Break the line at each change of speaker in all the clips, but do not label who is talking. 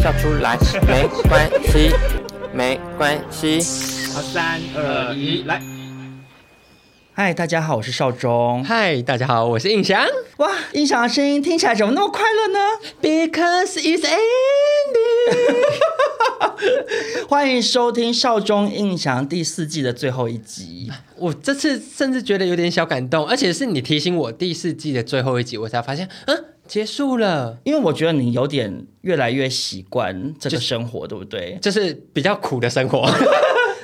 笑出来没关系，没关系。
好，三二一，来。嗨，大家好，我是邵忠。
嗨，大家好，我是印翔。
哇，音响的声音听起来怎么那么快乐呢？
Because it's ending
欢迎收听邵忠印象第四季的最后一集。
我这次甚至觉得有点小感动，而且是你提醒我第四季的最后一集，我才发现，嗯，结束了，
因为我觉得你有点越来越习惯这个生活，对不对？
就是比较苦的生活。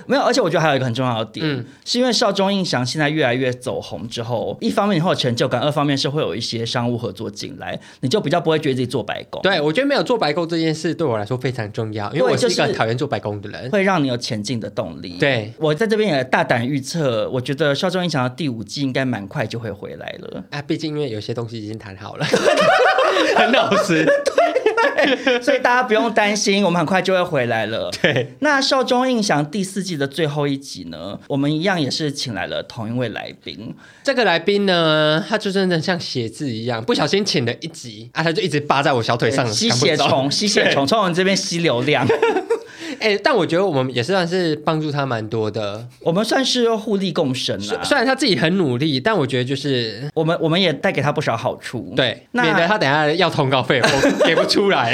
没有，而且我觉得还有一个很重要的点，
嗯
是因为少中印象现在越来越走红之后，一方面你会有成就感，二方面是会有一些商务合作进来，你就比较不会觉得自己做白工，，
对，我觉得没有做白工这件事对我来说非常重要，因为
对
我是一个
就是
很讨厌做白工的人。
会让你有前进的动力。
对，，
我在这边也大胆预测，我觉得少中印象的第五季应该蛮快就会回来了
啊，毕竟因为有些东西已经谈好了， 很老实。
所以大家不用担心，我们很快就会回来了。
对，
那《少中印象》第四季的最后一集呢，我们一样也是请来了同一位来宾，
这个来宾呢，他就真的像写字一样，不小心请了一集啊，他就一直扒在我小腿上，
吸
赶不
血
走
虫，吸血 虫从我们这边吸流量，
哎、但我觉得我们也算是帮助他蛮多的。
我们算是互利共生
虽
啊。
虽然他自己很努力，但我觉得就是
我们我们也带给他不少好处。
对，
那
免得他等下要通告费，我 给不出来。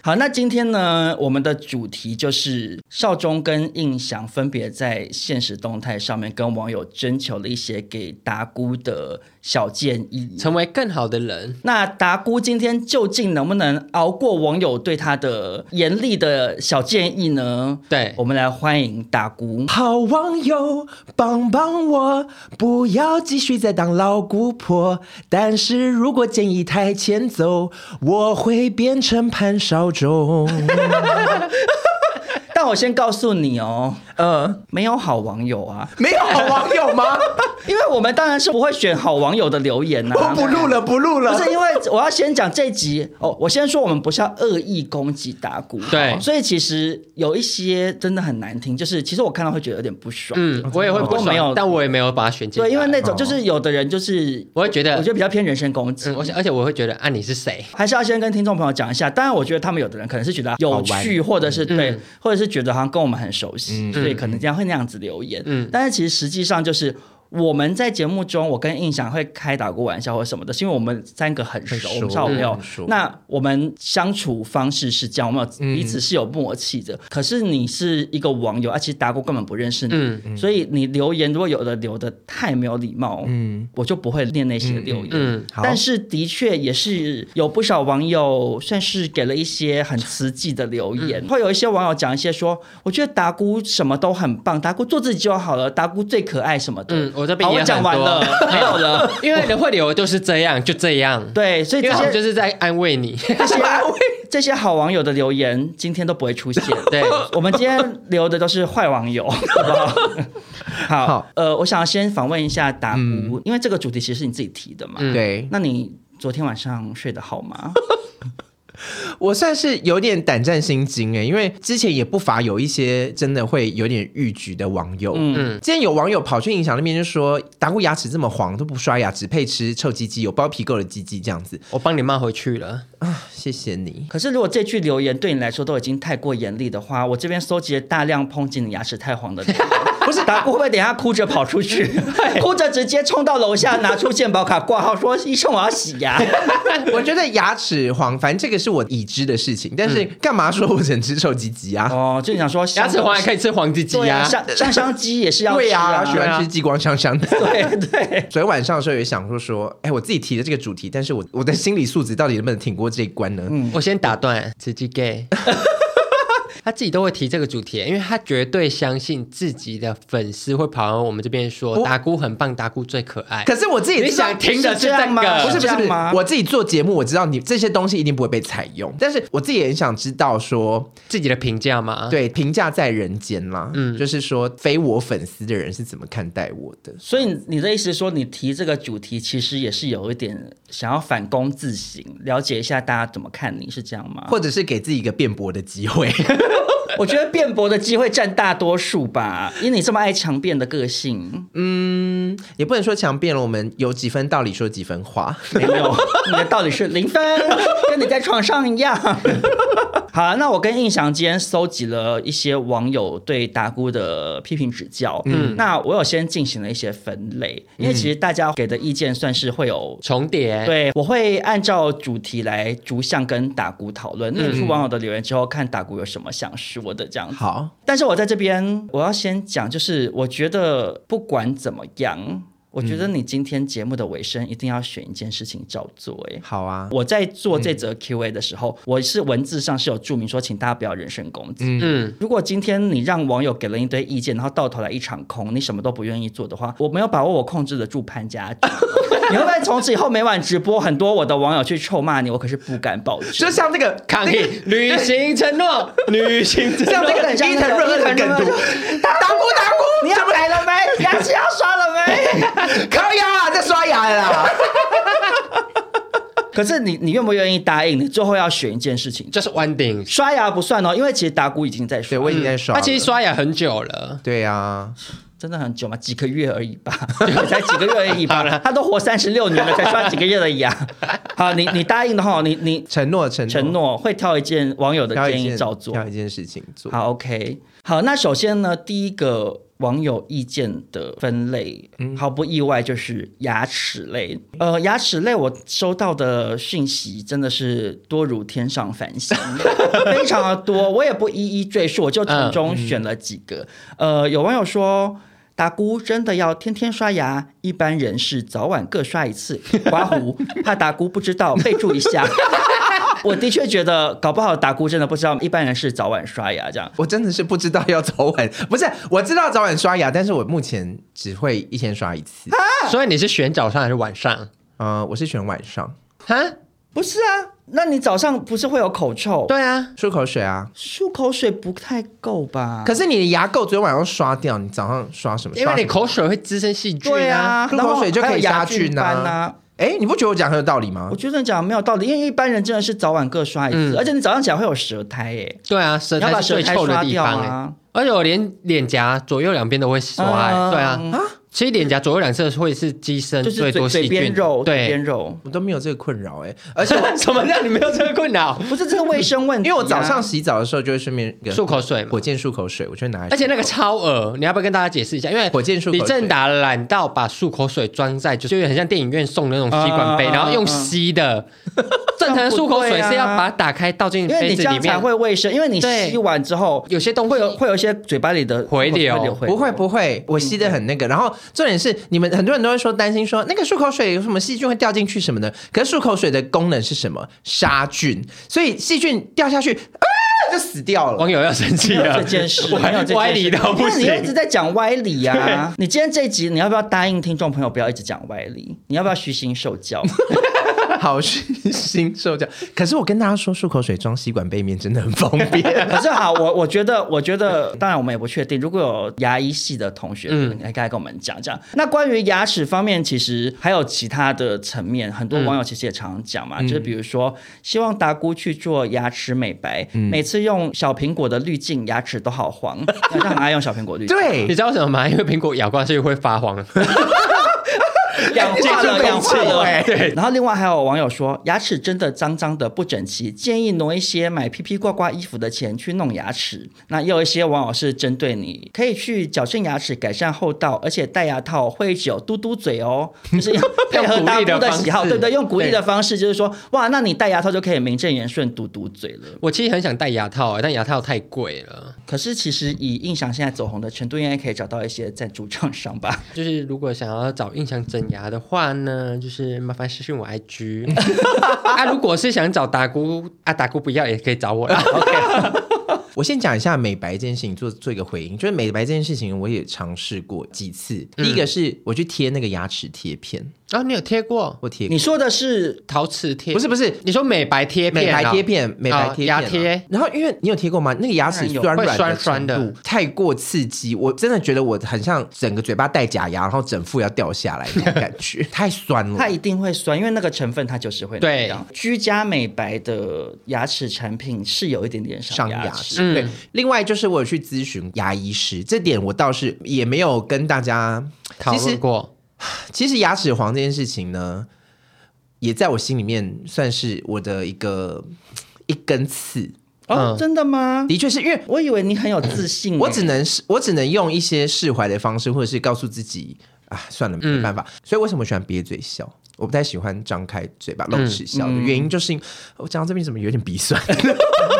好，那今天呢，我们的主题就是少中跟印象分别在现实动态上面跟网友征求了一些给达姑的小建议。
成为更好的人，
那达姑今天究竟能不能熬过网友对他的严厉的小建议呢？
对
我们来欢迎达姑。
好网友，帮帮我，不要继续再当老姑婆。但是如果建议太前走，我会变成潘少忠。
但我先告诉你哦，
嗯，
没有好网友啊，
没有好网友吗？
因为我们当然是不会选好网友的留言啊呐、
我不录了，不录了
不。是因为我要先讲这集哦，我先说我们不是要恶意攻击打鼓，哦
对
所以其实有一些真的很难听，就是其实我看到会觉得有点不爽，
嗯，哦我也会不
我都没有
爽，但我也没有把他选进来。
对，因为那种就是有的人就是，
我会觉得
我觉得比较偏人身攻击
嗯，。而且而且我会觉得啊，你是谁？
还是要先跟听众朋友讲一下，当然，我觉得他们有的人可能是觉得啊有趣，或者是对，或者是觉得好像跟我们很熟悉，所以可能这样会那样子留言。
嗯
但是其实实际上就是我们在节目中，我跟印象会开打过玩笑或什么的，是因为我们三个很熟，
很熟
我们是好朋友
嗯很。熟
那我们相处方式是这样，我们有彼此是有默契的。可是你是一个网友，啊，其实达姑根本不认识你，
嗯
所以你留言如果有的留的太没有礼貌，嗯，我就不会念那些留言。
嗯，
好
但是的确也是有不少网友算是给了一些很实际的留言，
嗯
会有一些网友讲一些说，我觉得达姑什么都很棒，达姑做自己就好了，达姑最可爱什么的。
嗯我这边
好，
也
我讲完
很多
了，没有了。
因为人会留就是这样，就这样。
对，所以这
因为他
些
们就是在安慰你。
这些这些好网友的留言今天都不会出现。
对，
我们今天留的都是坏网友， 好不好？ 好，
好
呃，我想要先访问一下达姑，因为这个主题其实是你自己提的嘛。
嗯
对
那你昨天晚上睡得好吗？
我算是有点胆战心惊哎，因为之前也不乏有一些真的会有点逾矩的网友。嗯，之前有网友跑去影响那边就说，达姑牙齿这么黄都不刷牙，只配吃臭鸡鸡，有包皮垢的鸡鸡这样子
我帮你骂回去了。
啊，谢谢你。
可是，如果这句留言对你来说都已经太过严厉的话，我这边搜集了大量抨击你牙齿太黄的留言，不是达姑会不会等一下哭着跑出去，哭着直接冲到楼下拿出健保卡挂号说：“医生，我要洗牙。
我觉得牙齿黄，反正这个是我已知的事情，但是干嘛说我只能吃臭鸡鸡”啊？
哦，就想说
牙齿黄还可以吃黄鸡鸡
对
呀
啊，。香香香鸡也是要
对
吃
呀、
啊，
喜欢吃激光香香的。
对对。
昨天晚上的时候也想说说，哎，我自己提的这个主题，但是我
嗯
我的心理素质到底能不能挺过这一关呢？
我先打断，吃鸡 gay。 他自己都会提这个主题，因为他绝对相信自己的粉丝会跑到我们这边说
我
达姑很棒，达姑最可爱。
可是我自己
你
知道
想听的
是这样
这
吗
个，
不是
这
不是
样
不是
吗，
我自己做节目，我知道你这些东西一定不会被采用，但是我自己也很想知道说，
自己的评价吗？，
对评价在人间啦，
嗯
嗯，就是说非我粉丝的人是怎么看待我的。
所以你的意思是说，你提这个主题其实也是有一点想要反躬自省，了解一下大家怎么看你，是这样吗？
或者是给自己一个辩驳的机会，
我觉得辩驳的机会占大多数吧，因为你这么爱强辩的个性，
也不能说强辩了。我们有几分道理说几分话。
没有，你的道理是零分，跟你在床上一 样。好啊、那我跟印象今天搜集了一些网友对达姑的批评指教，嗯，那我有先进行了一些分类，因为其实大家给的意见算是会有
重叠。
对，我会按照主题来逐项跟打鼓讨论，念出网友的留言之后，看打鼓有什么想说的这样子。
好，
但是我在这边我要先讲，就是我觉得不管怎么样，我觉得你今天节目的尾声一定要选一件事情照做、欸，
好啊，
我在做这则 Q&A 的时候，我是文字上是有注明说，请大家不要人身攻击。
嗯，
如果今天你让网友给了一堆意见，然后到头来一场空，你什么都不愿意做的话，我没有把握我控制得住潘家局。你会不会从此以后每晚直播，很多我的网友去臭骂你？我可是不敢保证。
就像那个
抗议，履行承诺，履行承
像
诺。
那个
很像
伊
那个
藤润二
伊
的
藤
梗
润
图，打鼓打鼓，
你要来了没？牙齿要刷了没？
可以啊，在刷牙了啦。
可是你，你愿不愿意答应？你最后要选一件事情，
就是 one thing。
刷牙不算哦，因为其实打鼓已经在
对，
刷，嗯
我已经在刷
他
了。
啊其实刷牙很久了，
对啊，
真的很久嘛，几个月而已吧， 才几个月而已吧，他都活三十六年了，才刷几个月的 牙。好，你你答应的话，你你
承诺承诺
承诺会嗯挑一件网友的
挑一
建议
件
照做。
挑一件事情做。
好，OK，好，那首先呢，第一个网友意见的分类，毫不意外就是牙齿类。呃，牙齿类我收到的讯息真的是多如天上繁星， 非常的多，我也不一一赘述，我就从中选了几个。呃，有网友说。达姑真的要天天刷牙，一般人是早晚各刷一次。 刮胡，怕达姑不知道，备注一下。 我的确觉得，搞不好达姑真的不知道，一般人是早晚刷牙这样。
我真的是不知道要早晚，不是我知道早晚刷牙，但是我目前只会一天刷一次。
所以你是选早上还是晚上？
嗯、我是选晚上
哈，
不是啊，那你早上不是会有口臭？，
对啊，
漱口水啊。
漱口水不太够吧？
可是你的牙垢昨天晚上刷掉，你早上刷什么？
因为你
刷什么
口水会滋生细菌
对啊，
漱口水就可以杀菌
呢、
啊哎，你不觉得我讲很有道理吗
我？觉得你讲的没有道理，因为一般人真的是早晚各刷一次，
嗯
而且你早上起来会有舌苔耶、
对啊，舌
你要
苔
把
是
舌
最
苔
臭的
刷
地
掉
方哎、
啊。
而且我连脸颊左右两边都会刷、哎
嗯
对啊，其实脸颊左右两侧会是滋生
就是
最
嘴
多
嘴
细
边
菌
肉，
的，
嘴边
对。
肉，
我都没有这个困扰哎、而且我
什么让你没有这个困扰？
不是这是卫生问
因
题、啊
为我早上。洗澡的时候就会顺便
漱口水嘛
火箭漱口水，我就会拿来漱口。
而且那个超恶，你要不要跟大家解释一下？因为
火箭漱口水
李正达懒到把漱口水装在，就就很像电影院送的那种吸管杯，
啊
然后用吸 的。正常的漱口水是要把它打开倒进
因为
杯
你
子
这
里
样才
面，
会卫生，因为你
对
吸完之后
有些东西
会有会有一些嘴巴里的
回流
不会不会，
嗯
我吸的很那个。然后重点是，你们很多人都会说担心说那个漱口水有什么细菌会掉进去什么的，可是漱口水的功能是什么？杀菌，所以细菌掉下去啊就死掉了。
网友要生气
没有
了。
这件事，
歪
没有这件事
歪理到不
因为你又一
行
直。在讲歪理呀、 啊。你今天这一集，你要不要答应听众朋友不要一直讲歪理？你要不要虚心受教？
好虚心受教。可是我跟大家说，漱口水装吸管杯面真的很方便。
可是好，我我觉得，我觉得，当然我们也不确定。如果有牙医系的同学，嗯，应该跟我们讲讲。那关于牙齿方面，其实还有其他的层面，很多网友其实也常常讲嘛，就是比如说，希望达姑去做牙齿美白，每次用小苹果的滤镜，牙齿都好黄，好像很爱用小苹果滤镜。
你
对
知，道为什么吗？因为苹果咬过去会发黄。
氧化
这
了，
个
氧化
很臭
了。
欸
对。然后另外还有网友说，牙齿真的脏脏的不整齐，建议挪一些买披披挂挂衣服的钱去弄牙齿。那也有一些网友是针对你，可以去矫正牙齿，改善后道，而且戴牙套会有嘟嘟嘴 哦，就是要配合大家的喜好，
方式
对不对？用鼓励的
对
方式，就是说，哇，那你戴牙套就可以名正言顺嘟嘟嘴了。
我其实很想戴牙套，欸但牙套太贵了。
可是其实以印象现在走红的程度，应该可以找到一些赞助厂商吧？
就是如果想要找印象整牙的话呢，就是麻烦私信我 IG。啊，如果是想找达姑啊，达姑不要也可以找我啦。OK，
我先讲一下美白这件事情，做做一个回应。就是美白这件事情，我也尝试过几次。
嗯
第一个是我去贴那个牙齿贴片，
啊，你有贴过
我贴过
你说的是
陶瓷贴？
不是不是
你说美白贴片
美
啊、
白贴片，美白贴片啊、
牙贴嗯
然后因为你有贴过吗？那个牙齿酸软
会酸
酸
酸的
太过刺激，我真的觉得我很像整个嘴巴戴假牙，然后整副要掉下来那种感 觉，太酸了
它。一定会酸，因为那个成分它就是会那
对
样。居家美白的牙齿产品是有一点点
上
伤
牙齿，
齿。
嗯
对。另外就是我有去咨询牙医师，这点我倒是也没有跟大家
讨
其实
论过，
其实牙齿黄这件事情呢，也在我心里面算是我的一个一根刺。
哦，
嗯
真的吗？
的确是因为
我以为你很有自信欸。
我只能是，我只能用一些释怀的方式，或者是告诉自己啊，算了，没办法。所以为什么我喜欢憋嘴笑？我不太喜欢张开嘴巴露齿笑的原因，就是因我讲到这边怎么有点鼻酸，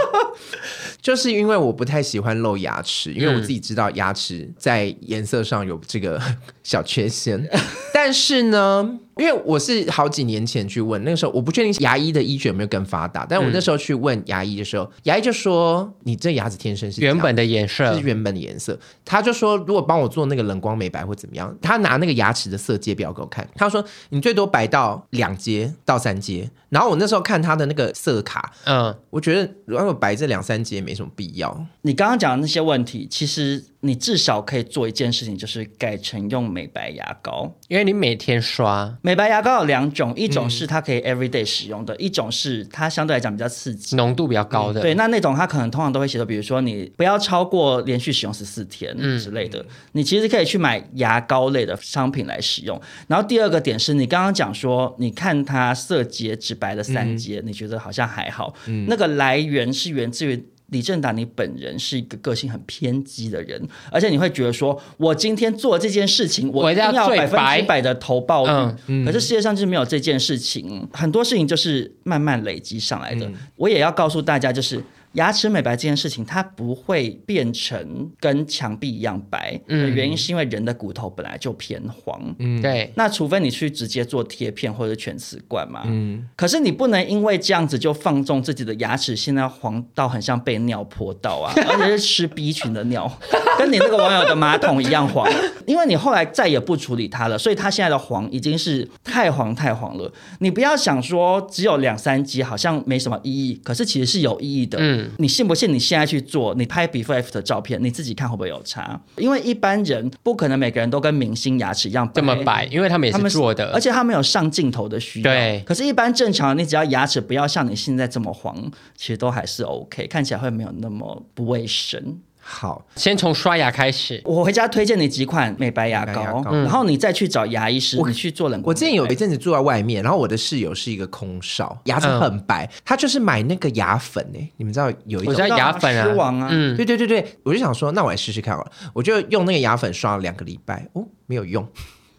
就是因为我不太喜欢露牙齿，因为我自己知道牙齿在颜色上有这个 小缺陷。但是呢，因为我是好几年前去问，那个时候我不确定牙医的医学有没有更发达，但我那时候去问牙医的时候，牙医就说你这牙齿天生是这样
原本的颜
是
色，
原本的颜
嗯
色。他就说，如果帮我做那个冷光美白或怎么样，他拿那个牙齿的色阶表给我看，他说你最多白到两阶到三阶。然后我那时候看他的那个色卡，
嗯，
我觉得如果白这两三阶没什么必要。
你刚刚讲的那些问题，其实你至少可以做一件事情，就是改成用美白牙膏。
因为你每天刷
美白牙膏有两种，一种是它可以 everyday 使用的，一种是它相对来讲比较刺激。
浓度比较高的，
对，那那种它可能通常都会写的，比如说你不要超过连续使用十四天
嗯
之类的。你其实可以去买牙膏类的商品来使用。然后第二个点是你刚刚讲说，你看它色阶只白了三阶，
嗯
你觉得好像还好。那个来源是源自于。李正达，你本人是一个个性很偏激的人，而且你会觉得说，我今天做这件事情，
我
我
一
一
定
定
要
要
最
百分
白
之百的投报率。
嗯
可是世界上就是没有这件事情，很多事情就是慢慢累积上来的。我也要告诉大家，就是牙齿美白这件事情，它不会变成跟墙壁一样白的原因，是因为人的骨头本来就偏黄。
嗯对，
那除非你去直接做贴片或者全瓷冠嘛，
嗯
可是你不能因为这样子就放纵自己的牙齿现在黄到很像被尿泼到啊， 而且是吃 B 群的尿， 跟你那个网友的马桶一样黄， 因为你后来再也不处理它了，所以它现在的黄已经是太黄太黄了。你不要想说只有两三集好像没什么意义，可是其实是有意义的。嗯，你信不信？你现在去做，你拍 before after 的照片，你自己看会不会有差？因为一般人不可能每个人都跟明星牙齿一样
这么白，因为他们也
他们
是
是
做的，
而且他们有上镜头的需要。
对
可是，一般正常的，你只要牙齿不要像你现在这么黄，其实都还是 OK，看起来会没有那么不卫生。
好，
先从刷牙开始，
我回家推荐你几款美白牙
美白
膏，
牙
嗯
膏
然后你再去找牙医师，你去做冷光
我之前有
美
一
白
阵子住在外面，然后我的室友是一个空少，牙齿很白，他就是买那个牙粉诶、你们知道有一
我
种
知道牙粉啊
狮王啊，
嗯，
对对对对，我就想说，那我来试试看好了。我就用那个牙粉刷了两个礼拜，哦，没有用。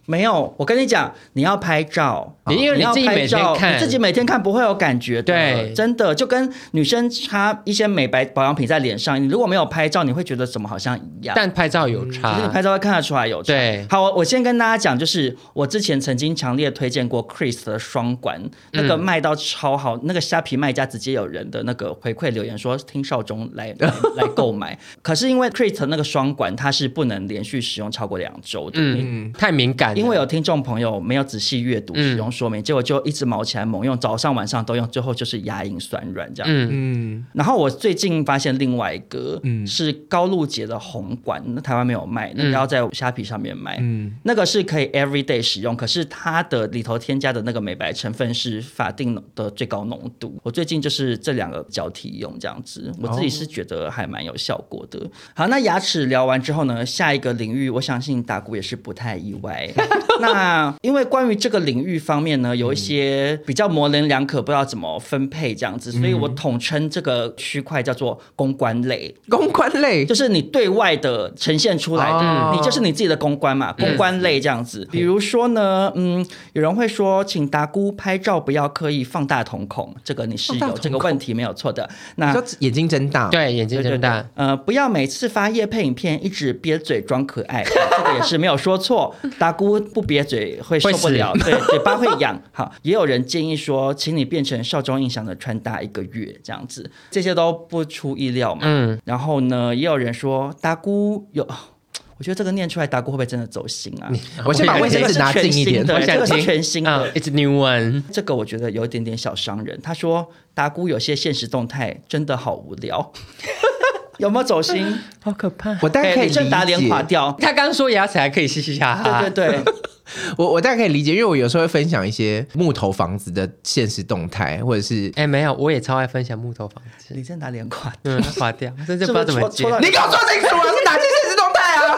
没有。我跟你讲，你要拍照，
你因为
你
你
要
自己
拍
每
照
天，看，
你自己每天看不会有感觉的，
对
真的就跟女生擦一些美白保养品在脸上，你如果没有拍照，你会觉得怎么好像一样。
但拍照有
可是你
差
拍，照会看得出来有差
对
好，我我先跟大家讲，就是我之前曾经强烈推荐过 Chris 的双管，那个
嗯
卖到超好，那个虾皮卖家直接有人的那个回馈留言说听少中 来来来购买，可是因为 Chris 的那个双管它是不能连续使用超过两周的。你
嗯，太敏感了，
因为有听众朋友没有仔细阅读使用说明，结果就一直毛起来猛用，早上晚上都用，最后就是牙龈酸软这样。
嗯
然后我最近发现另外一个，是高露洁的红管，那台湾没有卖，那个要在虾皮上面买，那个是可以 everyday 使用，可是它的里头添加的那个美白成分是法定的最高浓度。我最近就是这两个交替用这样子，我自己是觉得还蛮有效果的。好，那牙齿聊完之后呢，下一个领域我相信打鼓也是不太意外。 那因为关于这个领域方面
嗯
呢，有一些比较模棱两可，不知道怎么分配这样子，
嗯
所以我统称这个区块叫做公关类。
公关类
就是你对外的呈现出来的，
哦嗯
你就是你自己的公关嘛，公关类这样子。比如说呢，嗯，有人会说，请达姑拍照不要刻意放大瞳孔，这个你是
放大
有
瞳
这个问题没有错的。
啊
那
就眼睛睁大，
对，眼睛睁大，
呃，不要每次发夜配影片一直憋嘴装可爱，这个也是没有说错。达姑嘟不瘪嘴会受不了，对，嘴巴会痒。好，也有人建议说，请你变成少中印象的穿搭一个月这样子，这些都不出意料嘛。
嗯，
然后呢，也有人说达姑有，我觉得这个念出来达姑会不会真的走心啊？
我先把卫生纸拿近一点
这。
我
个是全新的这个
想听
是全新
啊
的。
嗯
，It's new one，
这个我觉得有一点点小伤人。他说达姑有些现实动态真的好无聊， 有没有走心？
好可怕。
我大概可以
李正达
理
脸垮
解，
掉。
他刚说牙齿还可以嘻嘻哈哈，
对对对，
我我大概可以理解，因为我有时候会分享一些木头房子的现实动态，或者是
哎、没有，我也超爱分享木头房子，
李正达脸垮。
嗯，划 掉，真是
是
不
不是
知道怎么
戳
接
戳。到
你给我说清楚啊，是哪些现实动态啊？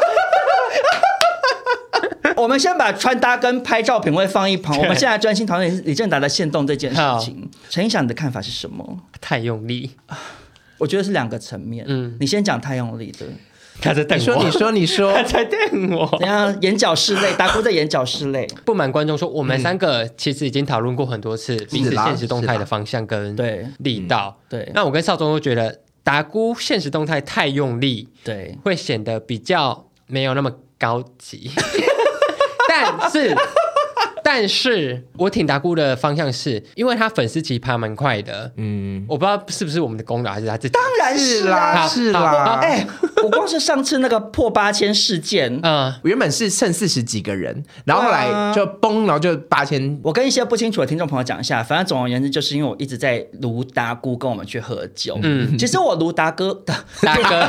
我们先把穿搭跟拍照品味放一旁，我们现在专心讨论李正达的限动这件事情。陈意想你的看法是什么？
太用力，
我觉得是两个层面。
嗯
嗯，你先讲太用力的，
他在瞪
你说，你说，你说
他，在瞪我。
等一下眼角拭泪，达姑在眼角拭泪。
不瞒观众说，我们三个其实已经讨论过很多次彼此
是啦
现实动态的方向跟
对
力道。
对
那我跟少宗都觉得达姑现实动态太用力，
对，
会显得比较没有那么高级。 但是，但是我挺达姑的方向是，因为他粉丝其实爬蛮快的，
嗯，
我不知道是不是我们的功劳还是他自己。
当然
是
是啊
啦，
啦。
是
好
啦。
哎，我光是上次那个破八千事件，
嗯、
我原本是剩四十几个人，然后后
对
来
啊
就崩，然后就八千。
我跟一些不清楚的听众朋友讲一下，反正总而言之，就是因为我一直在卢达姑跟我们去喝酒。嗯，其实我卢达哥的
达哥，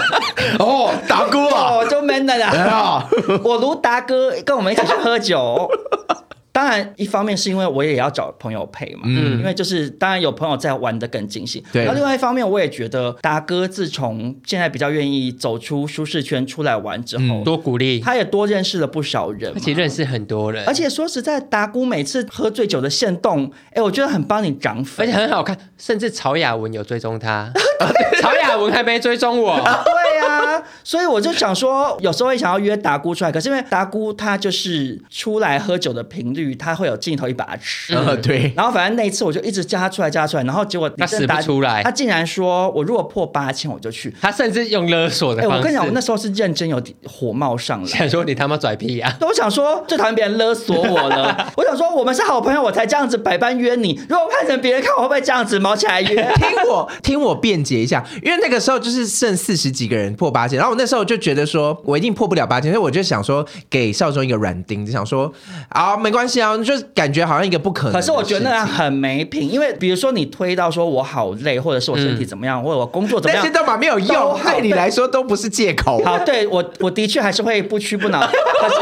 哦，打鼓 啊！
哦，就 man 了
哎
啦。
啊，
我卢达哥跟我们一起去喝酒。 当然，一方面是因为我也要找朋友陪嘛，
嗯
因为就是当然有朋友在玩的更尽兴。
对
然后另外一方面，我也觉得达哥自从现在比较愿意走出舒适圈出来玩之后，
多鼓励，
他也多认识了不少人
嗯而
嘛。
且认识很多人，
而且说实在，达姑每次喝醉酒的现动，哎，我觉得很帮你涨
而
粉。
且很好看，甚至曹雅文有追踪 他，
哦
曹雅文还没追踪我。
对啊，所以我就想说，有时候会想要约达姑出来，可是因为达姑她就是出来喝酒的频率，她会有镜头一把它吃。
呃，对，？
然后反正那一次我就一直叫他出来，叫他出来，然后结果
他死不出来
他竟然说我如果破八千我就去。
他甚至用勒索的
哎，
方式。
我跟你讲，我那时候是认真有火冒上来。
想说你他妈拽屁啊呀、
我想说，最讨厌别人勒索我 了。我想说，我们是好朋友，我才这样子百般约你。如果换成别人看，我会不会这样子毛起来约
听我听我辩解一下，因为那个时候就是剩四十几个人破八千，然后我那时候就觉得说我一定破不了八千，所以我就想说给少中一个软钉子，想说啊没关系啊，就是感觉好像一个不可能的
可
事
是
情。
我觉得那样很没品，因为比如说你推到说我好累，或者是我身体
嗯
怎么样，或者我工作怎么
那些
样。
都嘛没有
都
用，
好
对你来说都不是借口。
好，对我我的确还是会不屈不挠。可是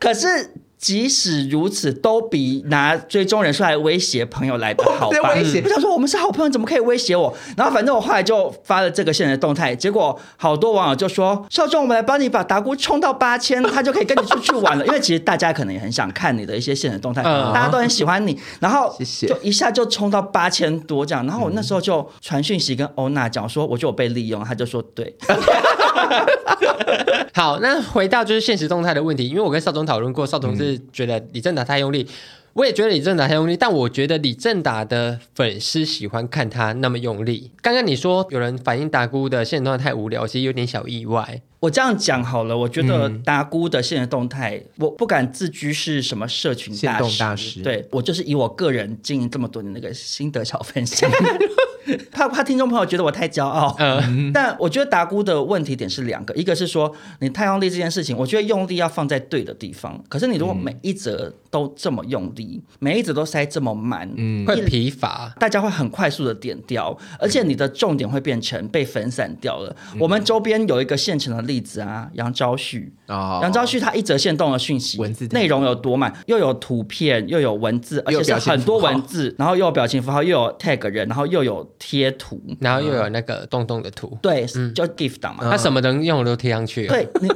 可是即使如此，都比拿追踪人数来威胁朋友来的好吧？
在威胁
我想说，我们是好朋友，怎么可以威胁我？然后反正我后来就发了这个现实动态，结果好多网友就说：“少壮，我们来帮你把达姑冲到八千，他就可以跟你出去玩了。”因为其实大家可能也很想看你的一些现实动态，
嗯
大家都很喜欢你，然后
谢谢
就一下就冲到八千多这样。然后我那时候就传讯息跟欧娜讲说，我就有被利用，她就说对。
好，那回到就是现实动态的问题，因为我跟少总讨论过，少总是
嗯
觉得李正达太用力，我也觉得李正达太用力，但我觉得李正达的粉丝喜欢看他那么用力。刚刚你说有人反映达姑的现实动态太无聊，其实有点小意外。
我这样讲好了，我觉
嗯
得达姑的现实动态，我不敢自居是什么社群
现
大
动
使，
大使
对我就是以我个人经营这么多年那个心得小分享， 怕怕听众朋友觉得我太骄傲。
嗯，
但我觉得达姑的问题点是两个，一个是说你太用力这件事情，我觉得用力要放在对的地方。可是你如
嗯
果每一则都这么用力，每一则都塞这么满，嗯，
会疲乏。
大家会很快速的点掉，而且你的重点会变成被分散掉了。
嗯
我们周边有一个现成的例子啊，杨昭旭。
哦
杨昭旭他一则限动的讯息，
文字太多
内容有多满，又有图片，又有文字，而
又有
且是
表情
很多
符号
文字，然后又有表情符号，又有 tag 人，然后又有贴图，
然后又有那个洞洞的图，
对，
嗯
就 GIF 档嘛。
他什么能用的都贴上去。，
嗯对你，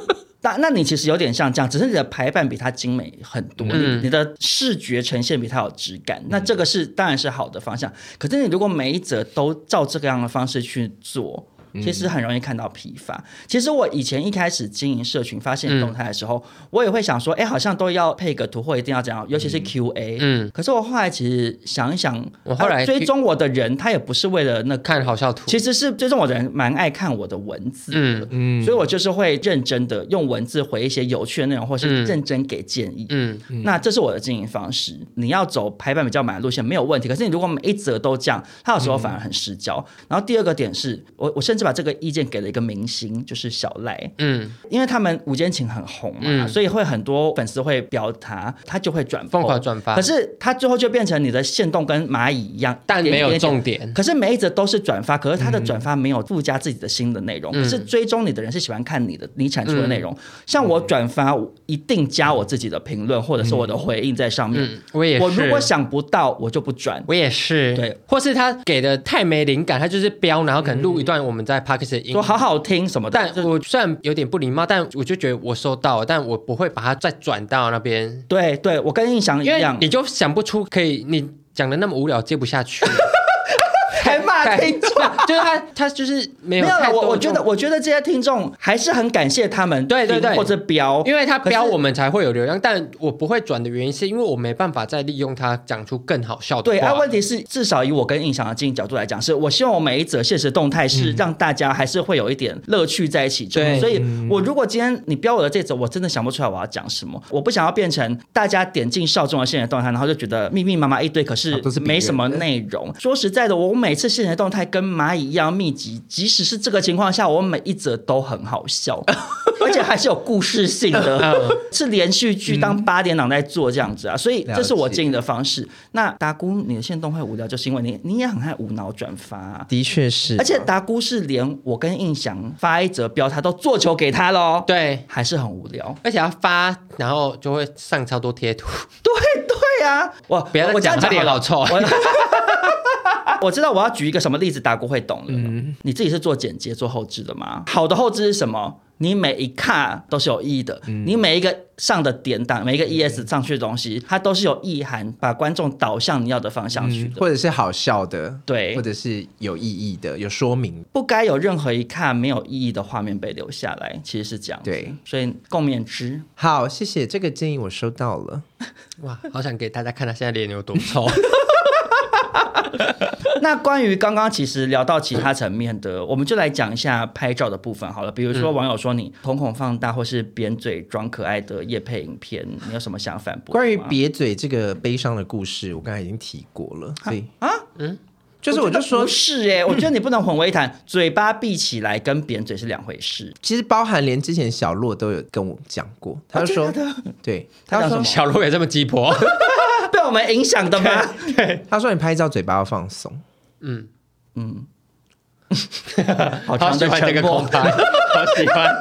那那你其实有点像这样，只是你的排版比它精美很多，
嗯
你你的视觉呈现比它有质感。那这个是当然是好的方向，可是你如果每一则都照这个样的方式去做。其
嗯
实很容易看到疲乏。其实我以前一开始经营社群发
嗯
现动态的时候，我也会想说，哎，好像都要配个图或一定要怎样，尤其是 QA。
嗯
嗯，可是我后来其实想一想，
我后来
啊追踪我的人，他也不是为了那个，
看好笑图，
其实是追踪我的人蛮爱看我的文字的。
嗯
嗯，
所以我就是会认真的用文字回一些有趣的内容，或
嗯
是认真给建议。
嗯，
那这是我的经营方式。你要走排版比较满的路线没有问题，可是你如果每一则都这样，它有时候反而很失焦。
嗯
然后第二个点是我我甚至把这个意见给了一个明星，就是小赖，
嗯，
因为他们午间情很红嘛，
嗯
所以会很多粉丝会标他，他就会转
疯狂
po
转发
可是他最后就变成你的线动跟蚂蚁一样，
但
一点
没
一
有
点
重点，
可是每一则都是转发，可是他的转发没有附加自己的新的内容。
嗯
可是追踪你的人是喜欢看你的你产出的内容。像我转发，我一定加我自己的评论或者是我的回应在上面。
嗯，我也是，
我如果想不到，我就不转。
我也是，
对，
或是他给的太没灵感，他就是标，然后可能录一段我们在 p a r k e s 的音
嗯说。好好听什么的，
但我虽然有点不礼貌，但我就觉得我收到了，但我不会把它再转到那边，
对对，我跟印象一
因为
样
你，就想不出可以你讲的那么无聊，接不 下去。
还骂听众。
那 就是他，他就是没
没
有
有
太
了，
多
我我觉得
用，
我觉得这些听众还是很感谢他们
对对对
听或者标，
因为他标
可是
我们才会有流量，但我不会转的原因是因为我没办法再利用它讲出更好笑的
对，
话。
啊，问题是至少以我跟印象的经营角度来讲，是我希望我每一则现实动态是让大家还是会有一点乐趣在其中。
对
所以我如果今天你标我的这则，我真的想不出来我要讲什么，我不想要变成大家点进少众的现实动态，然后就觉得密密麻麻一堆，可
啊
是
都是别人
没什么内容。说实在的，我每次现实动态跟蚂蚁一样密集，即使是这个情况下，我每一则都很好笑， 而且还是有故事性 的，是连续剧当八点档在做这样子啊，所以这是我
嗯了解
建议的方式。那达姑，你的线动会无聊，就是因为你你也很爱无脑转发、啊。
的确是，
而且达姑是连我跟印翔发一则标，他都做球给他喽，，
对，
还是很无聊。
而且要发，然后就会上超多贴图。
对对啊，我
不要再
我这样
讲他脸
好了
好臭。
我 知道我要举一个什么例子，大姑会懂的。
嗯
你自己是做剪接、做后置的吗？好的后置是什么？你每一卡都是有意义的，
嗯
你每一个上的点档，每一个 ES 上去的东西，它都是有意涵，把观众导向你要的方向去的。
嗯
嗯
或者是好笑的，
对
或者是有意义的，有说明，
不该有任何一看没有意义的画面被留下来，其实是这样子。
对，
所以共勉之。
好，谢谢这个建议，我收到了。
哇，好想给大家看他现在脸有多臭。
那关于刚刚其实聊到其他层面的，我们就来讲一下拍照的部分好了。比如说网友说你瞳孔放大或是扁嘴装可爱的夜配影片，你有什么想反驳的吗？
关于瘪嘴这个悲伤的故事，我刚才已经提过了，所以
啊，
就是我就
我觉得
说
不，是哎、我觉得你不能混为一谈， 嘴巴闭起来跟扁嘴是两回事。
其实包含连之前小洛都有跟我讲
哦
过，他就说，对，
他
他
讲什
说
小鹿也这么鸡婆，
被我们影响的吗？
他说你拍照嘴巴要放松，
嗯，
好
好
长
喜
的
欢这
沉
个 空
默，
拍，好喜欢。，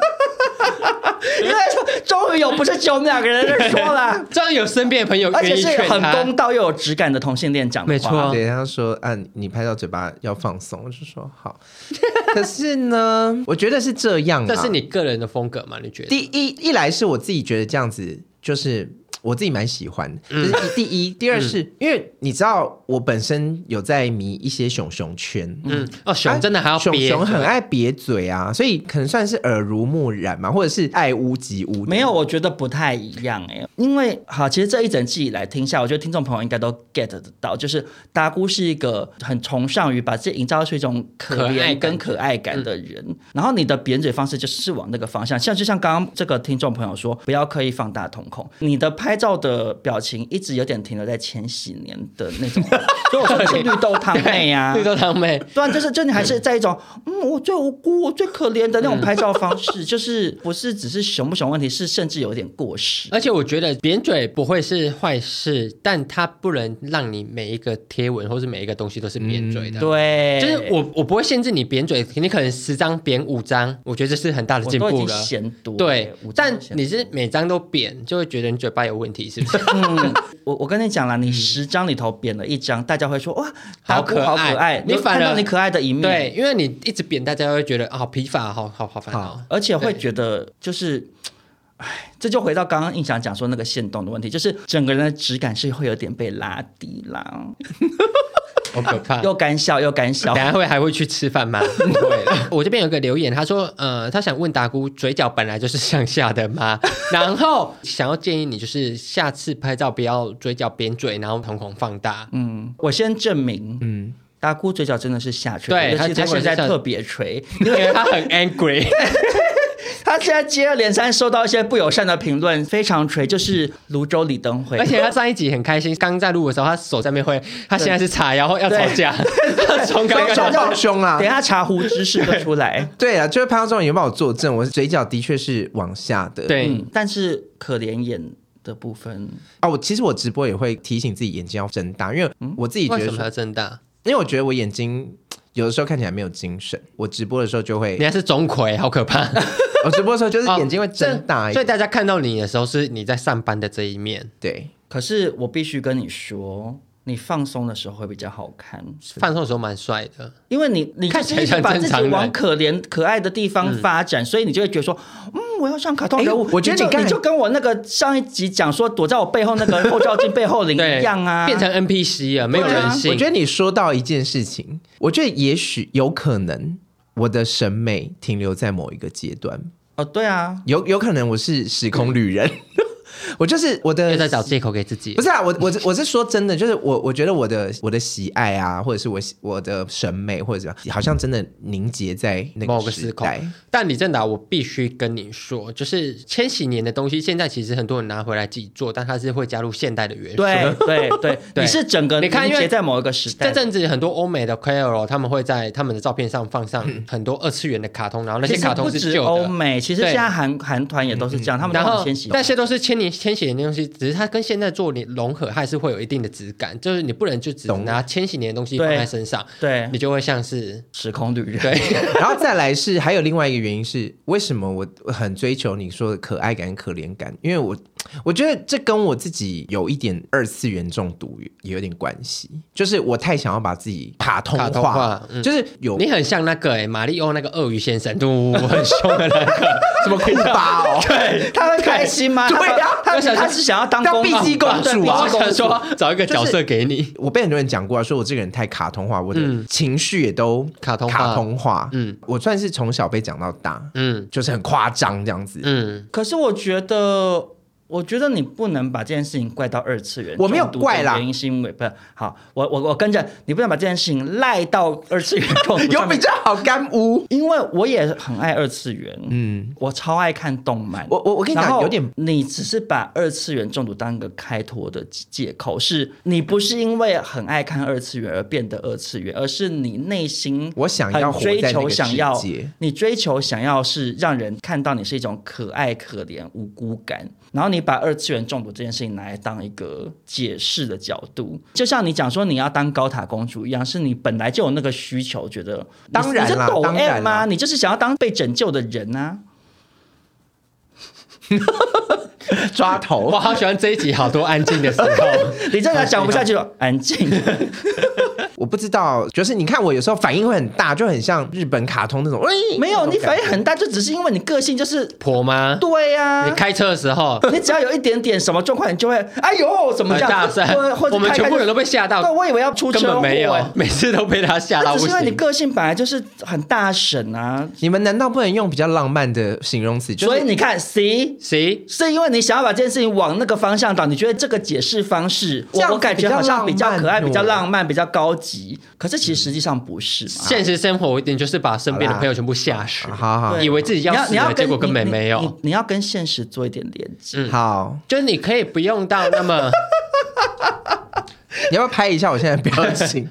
因为说终于有不是只有我们两个人在说啦
这样有身边的朋友
而
愿
且
意
是
劝
很
他，
公道又有质感的同性恋讲的话
没错
对，他说啊，你拍照嘴巴要放松，我就说好。 可是呢，我觉得是这样、啊，
这是你个人的风格嘛？你觉得？
第一一来是我自己觉得这样子就是。我自己蛮喜欢的，
嗯
就是第一，第二是、因为你知道我本身有在迷一些熊熊圈，啊
嗯，哦，
哎
熊真的还要
熊
憋，
熊 很爱瘪嘴啊，所以可能算是耳濡目染嘛，或者是爱屋及乌。
没有，，我觉得不太一样哎、因为好，其实这一整季以来听下来，我觉得听众朋友应该都 get 得到，就是达姑是一个很崇尚于把自己营造出一种
可
可
爱感
怜跟可爱
嗯
感的人，然后你的扁嘴方式就是往那个方向，像就像刚刚这个听众朋友说，不要刻意放大瞳孔，你的拍照的表情一直有点停留在千禧年的那 种，所以我说你是绿豆汤妹呀、
绿豆汤妹，
对啊，就是就你还是在一 种嗯，我最无辜，我最可怜的那
嗯
种拍照方式， 就是不是只是熊不熊问题，是甚至有点过时。
而且我觉得扁嘴不会是坏事，但它不能让你每一个贴文或是每一个东西都是扁嘴
嗯
的。
对，
就是我，我不会限制你扁嘴，你可能十张扁五张，我觉得这是很大的
我
进
都已
步
经
了。
嫌多了，
对
我，真
但
的嫌
你
多
是每张都扁，就会觉得你嘴巴有问题，是 不是？
嗯，我我跟你讲啦，你十张里头扁了一张，大家会说哇，
嗯
达
好
姑
可爱
好可爱，
你
有
反
看到
而
你可爱的一面，
对，，因为你一直扁，大家会觉得啊，好疲乏，好好好烦哦恼。
而且会
对
觉得就是。唉，这就回到刚刚印象讲说那个线动的问题，就是整个人的质感是会有点被拉低啦。
好哦可怕。
又干笑又干笑
啊等。下会还会去吃饭吗？不会了。我这边有个留言，他说，呃，他想问达姑，嘴角本来就是向下的吗？然后想要建议你，就是下次拍照不要嘴角扁嘴，然后瞳孔放大。
嗯，我先证明，
嗯，
大姑嘴角真的是下垂，
对
尤其
她
她
她
现在
现在
特别垂，
因 为他很 angry，
她现在接二连三收到一些不友善的评论，非常垂，就是泸州李登辉
而。且他上一集很开心，刚在录的时候，他手在那边挥，他现在是叉腰要吵架，他 从刚
双
刚
手抱胸啦
等一。下查胡知识就出来。
对啊，就是潘少忠有帮我作证，我嘴角的确是往下 的。
对。
嗯，但是可怜眼的部分，
啊，我其实我直播也会提醒自己眼睛要睁大，因为我自己觉
为
得
什么
说，
要睁大？
因为我觉得我眼睛有的时候看起来没有精神，我直播的时候就会
你，还是钟馗，好可怕！
我直播的时候就是眼睛会
这
睁大一
所以
点。
大家看到你的时候，是你在上班的这一面，
对，
可是我必须跟你说，你放松的时候会比较好看，
放松的时候蛮帅的。
因为你你
看
就是
起来
一直
像
把
正
自
常
己
人嗯
往可怜可爱的地方发展，所以你就会觉得说，嗯，我要像卡通人物。
哎我觉得
你就
你刚才
你就跟我那个上一集讲说躲在我背后那 个后照镜背后灵
对，
一样啊，
变成 NPC 了，没有
对啊
人
我
性
觉。得你说到一件事情，我觉得也许有可能我的审美停留在某一个阶段，
哦，对啊，
有有可能我是时空旅人，我就是我的
又在找借口给自己，
不是啊，我我我是说真的，就是我我觉得我的我的喜爱啊，或者是我喜我的审美或者怎么样，好像真的凝结在那
某
个
个
时
时空
代。。
但李正达，我必须跟你说，就是千禧年的东西，现在其实很多人拿回来自己做，但它是会加入现代的元素。
对对对，
对
你是整个
你看因为
凝结在某一个时代
这，阵子很多欧美的 KOL 他们会在他们的照片上放上很多二次元的卡通，然后那些
其实
卡通
不
是
止
旧
欧
的。
美，其实
对嗯
现在韩韩团也都是这样，他们都
然后
很先，喜欢
那些都是千年千禧年的东西，只是它跟现在做你融合，还是会有一定的质感。就是你不能就只
懂
拿千禧年的东西放
对
在身上，
对
你就会像是
时空旅人。
对，
然后再来是还有另外一个原因是，为什么我我很追求你说的可爱感、可怜感？因为我我觉得这跟我自己有一点二次元中毒也有点关系，就是我太想要把自己卡通
卡通化嗯
就是有
你很像那个哎、马里奥那个鳄鱼先生，嘟，很凶的那个，
什么哭吧哦，对，
他会开心吗？
对啊
他
我想
他
说
他是想要当
当
公
碧
主
姬公
对
主
碧
啊
我
姬公
想
主
说找一个角
就
色给你，
我被很多人讲过啊，说我这个人太卡通化，我
嗯
的情绪也都
卡通化
卡通化。
嗯
嗯，我算是从小被讲到大，
嗯
就是很夸张这样子。
嗯，
可是我觉得，我觉得你不能把这件事情怪到二次元。
我没有
中毒的
怪啦
原因是因为不好，我我我跟着你，不能把这件事情赖到二次元中 毒
有
上
比
面，
较好干 污。
因为我也很爱二次元，
嗯，
我超爱看动漫。
我我我跟你
然
讲，
后
有点
你只是把二次元中毒当一个开脱的借口，是你不是因为很爱看二次元而变得二次元，而是你内心
我想要
很
活
追
在那
求
个
想要
世界，
你追求想要是让人看到你是一种可爱、可怜、无辜感，然后你把二次元中毒这件事情拿来当一个解释的角度，就像你讲说你要当高塔公主一样，是你本来就有那个需求，觉得你
当然
你是
啦
抖
当然
M 啊，
啦
你就是想要当被拯救的人啊。
抓
我
头。
好哦喜欢这一集，好多安静的时候，
你这样讲不下去了，安静。
我不知道，就是你看我有时候反应会很大，就很像日本卡通那种。哎
没有，你反应。
那种感觉
很大，就只是因为你个性就是
婆吗？
对啊呀、
你开车的时候
你只要有一点点什么状况，你就会哎呦怎么
很
这样，
大声
或或，者
我们
开
全部
开
人都被吓
对，
到，
我以为要出车
根
祸、
本没有
哎，
每次都被他吓到
那只
不
是因为你
行。
个性本来就是很大神啊，
你们难道不能用比较浪漫的形容词？就是
所以你看，C
谁？
是因为你想要把这件事情往那个方向导，你觉得这个解释方式，
这样
我
子
我感觉好像比
比较
较
浪漫
可爱、比较
哦
浪漫、比较高级，可是其实实际上不是啊嘛。
现实生活一定就是把身边的
好啦
朋友全部吓死
啊，好好
对
以为自己要死
你要你
了，
要跟
结果根本
你
没
你
有
你。你要跟现实做一点连接。
好，
就是你可以不用到那么，
你要不要拍一下我现在的表 情？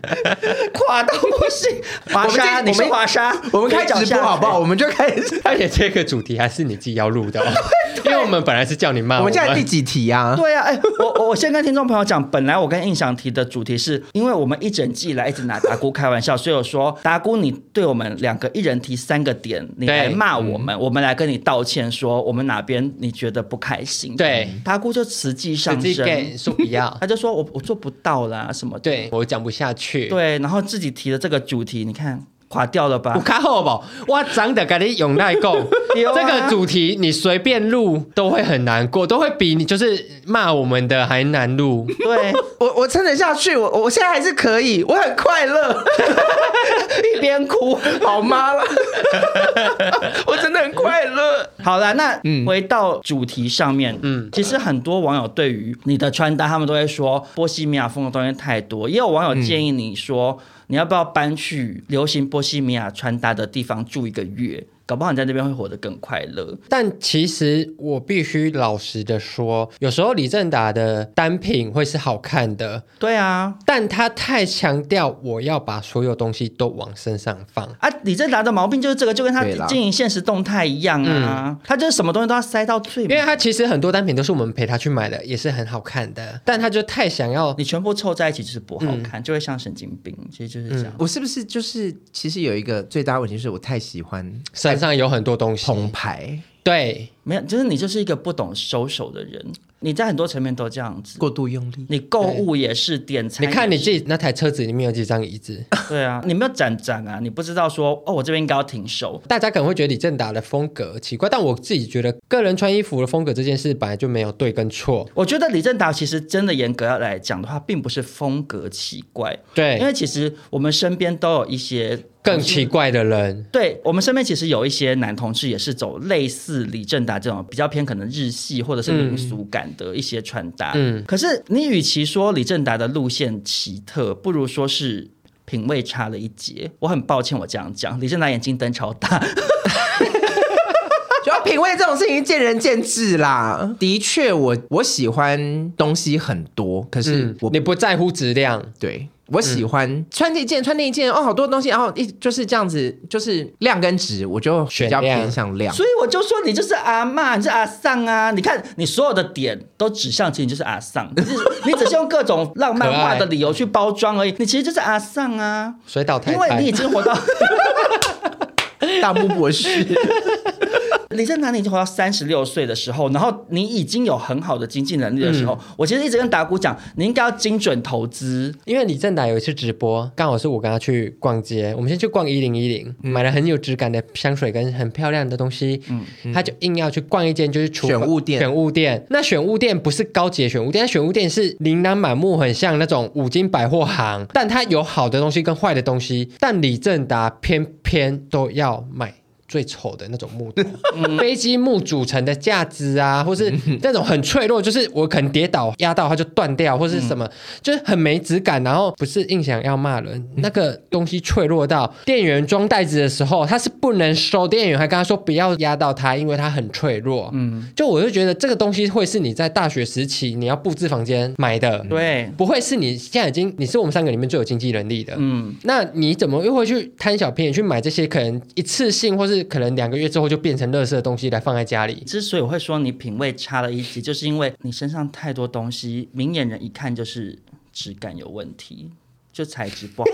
垮到不行。华
我
沙，
们
你
这
是华沙，
我们开直播好不好？我们就开始。
而且这个主题还是你自己要录 的、哦，因为我们本来是叫
啊
你骂
我
我
们现在第几题啊？
对啊，哎、我我我先跟听众朋友讲，本来我跟印象提的主题是，因为我们一整季以来一直拿达姑开玩笑，所以我说达姑，你对我们两个一人提三个点，你
对嗯
来骂我们，我们来跟你道歉，说我们哪边你觉得不开心。
对，
达姑就慈济上
自己
身
给，说不 要
他，就说我我做不到啦什么的。
对我讲不下去，
对，然后自己提的这个主题，你看垮掉了吧
有？较好不？我长得跟你用来 讲，
对啊
这个主题你随便录都会很难过，都会比你就是骂我们的还难录。
对，
我我撑得下去，我我现在还是可以，我很快乐，
一边哭。
好妈了， 我真的很快乐。
好了，那
嗯
回到主题上面，嗯
嗯，
其实很多网友对于你的穿搭，他们都会说波西米亚风的东西太多，也有网友建议你说，你要不要搬去流行波西米亚穿搭的地方住一个月？搞不好你在那边会活得更快乐。
但其实我必须老实的说，有时候李正达的单品会是好看的，
对啊，
但他太强调我要把所有东西都往身上放。
啊，李正达的毛病就是这个，就跟他
对啦
经营现实动态一样啊，他就是什么东西都要塞到最
嗯因为
满，
他其实很多单品都是我们陪他去买的，也是很好看的，但他就太想要
你全部凑在一起就是不好
嗯
看，就会像神经病，其实就是这样。
我是不是就是其实有一个最大的问题，就是我太喜欢
身上有很多东西。
澎湃，
对，
没有，就是你就是一个不懂收手的人，你在很多层面都这样子。
过度用力。
你购物也是点餐
你
也是，
看你自己那台车子里面有几张椅子？
对啊，你没有展展啊，你不知道说哦，我这边应该要停手。
大家可能会觉得李正达的风格奇怪，但我自己觉得个人穿衣服的风格这件事本来就没有对跟错。
我觉得李正达其实真的严格要来讲的话，并不是风格奇怪，因
对，
为其实我们身边都有一些
更奇怪的人，
对我们身边其实有一些男同志也是走类似李正达这种比较偏可能日系或者是民俗感的一些穿搭。嗯，可是你与其说李正达的路线奇特，不如说是。品味差了一截，我很抱歉，我这样讲。李正达眼睛瞪超大，
主要品味这种事情见仁见智啦。的确，我我喜欢东西很多，可是
嗯
我，
你不在乎质量，
对。我喜欢穿这件，穿那一件，哦，好多东西，然后一就是这样子，就是量跟值，我就比较
选量
偏向量。
所以我就说你就是阿嬷，你是阿丧啊！你看你所有的点都指向，其实你就是阿丧，你只你只是用各种浪漫化的理由去包装而已，你其实就是阿丧啊！
水岛 太
因为
太
你已经活到
大木博 士，
李正达，你已经活到三十六岁的时候，然后你已经有很好的经济能力的时候，
嗯
我其实一直跟达姑讲，你应该要精准投资。
因为李正达有一次直播，刚好是我跟他去逛街，我们先去逛一零一零，
嗯
买了很有质感的香水跟很漂亮的东西，他就硬要去逛一间就是厨
嗯选物店
选物店。那选物店不是高级的选物店，那选物店是琳琅满目，很像那种五金百货行，但它有好的东西跟坏的东西，但李正达偏偏都要买。最丑的那种木头， 飞机木组成的架子啊，或是那种很脆弱，就是我可能跌倒压到它就断掉，或是什么，就是很没质感。然后不是硬想要骂人，那个东西脆弱到店员装袋子的时候，他是不能收，店员还跟他说不要压到它，因为它很脆弱。嗯，就我就觉得这个东西会是你在大学时期你要布置房间买的，
对，
不会是你现在已经你是我们三个里面最有经济能力的。
嗯，
那你怎么又会去贪小便宜去买这些可能一次性或是可能两个月之后就变成垃圾的东西来放在家里？
之所以我会说你品味差了一截，就是因为你身上太多东西，明眼人一看就是质感有问题，就材质 不好。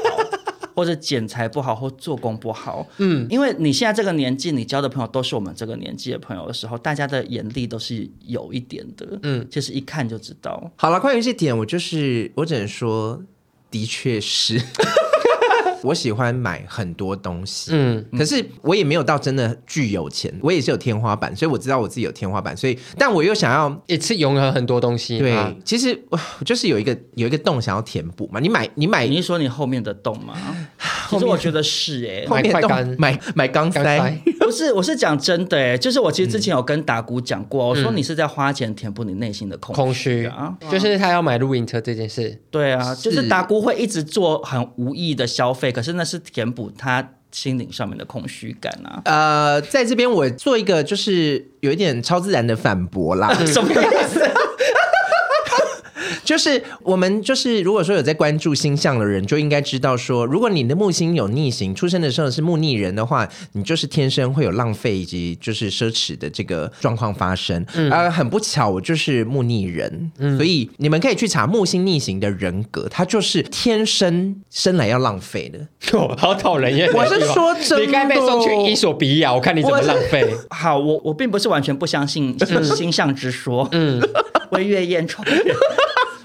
或者剪裁不好，或做工不好，嗯，因为你现在这个年纪，你交的朋友都是我们这个年纪的朋友的时候，大家的眼力都是有一点的，嗯，其实一看就知道。
好了，关于这点，我就是我只能说，的 确是， 我喜欢买很多东西，
嗯，
可是我也没有到真的巨有钱，我也是有天花板，所以我知道我自己有天花板，所以但我又想要。
一次融合很多东西。
对
啊，
其实哇我就是有一个有一个洞想要填补嘛。你买你买
你是说你后面的洞 吗？其实我觉得是哎、
后面
买快
洞
干
买买钢
刚
塞
才，
不是，我是讲真的哎、就是我其实之前有跟达姑讲过，我说你是在花钱填补你内心的嗯空
空
虚
虚
啊，
就是他要买露营车这件 事。
对啊，就是
是。
达姑会一直做很无意义的消费，可是那是填补她心灵上面的空虚感啊
呃，在这边我做一个就是有一点超自然的反驳啦，
什么意思？
就是我们就是如果说有在关注星象的人，就应该知道说，如果你的木星有逆行，出生的时候是木逆人的话，你就是天生会有浪费以及就是奢侈的这个状况发生。而很不巧，我就是木逆人，所以你们可以去查木星逆行的人格，他就是天生生来要浪费的。
哟，哦好讨人 厌！
我是说真的
你该被送去伊索比啊亚，我看你怎么浪费。
好，哦我 我并不是完全不相信星象之说，嗯，我月燕丑人。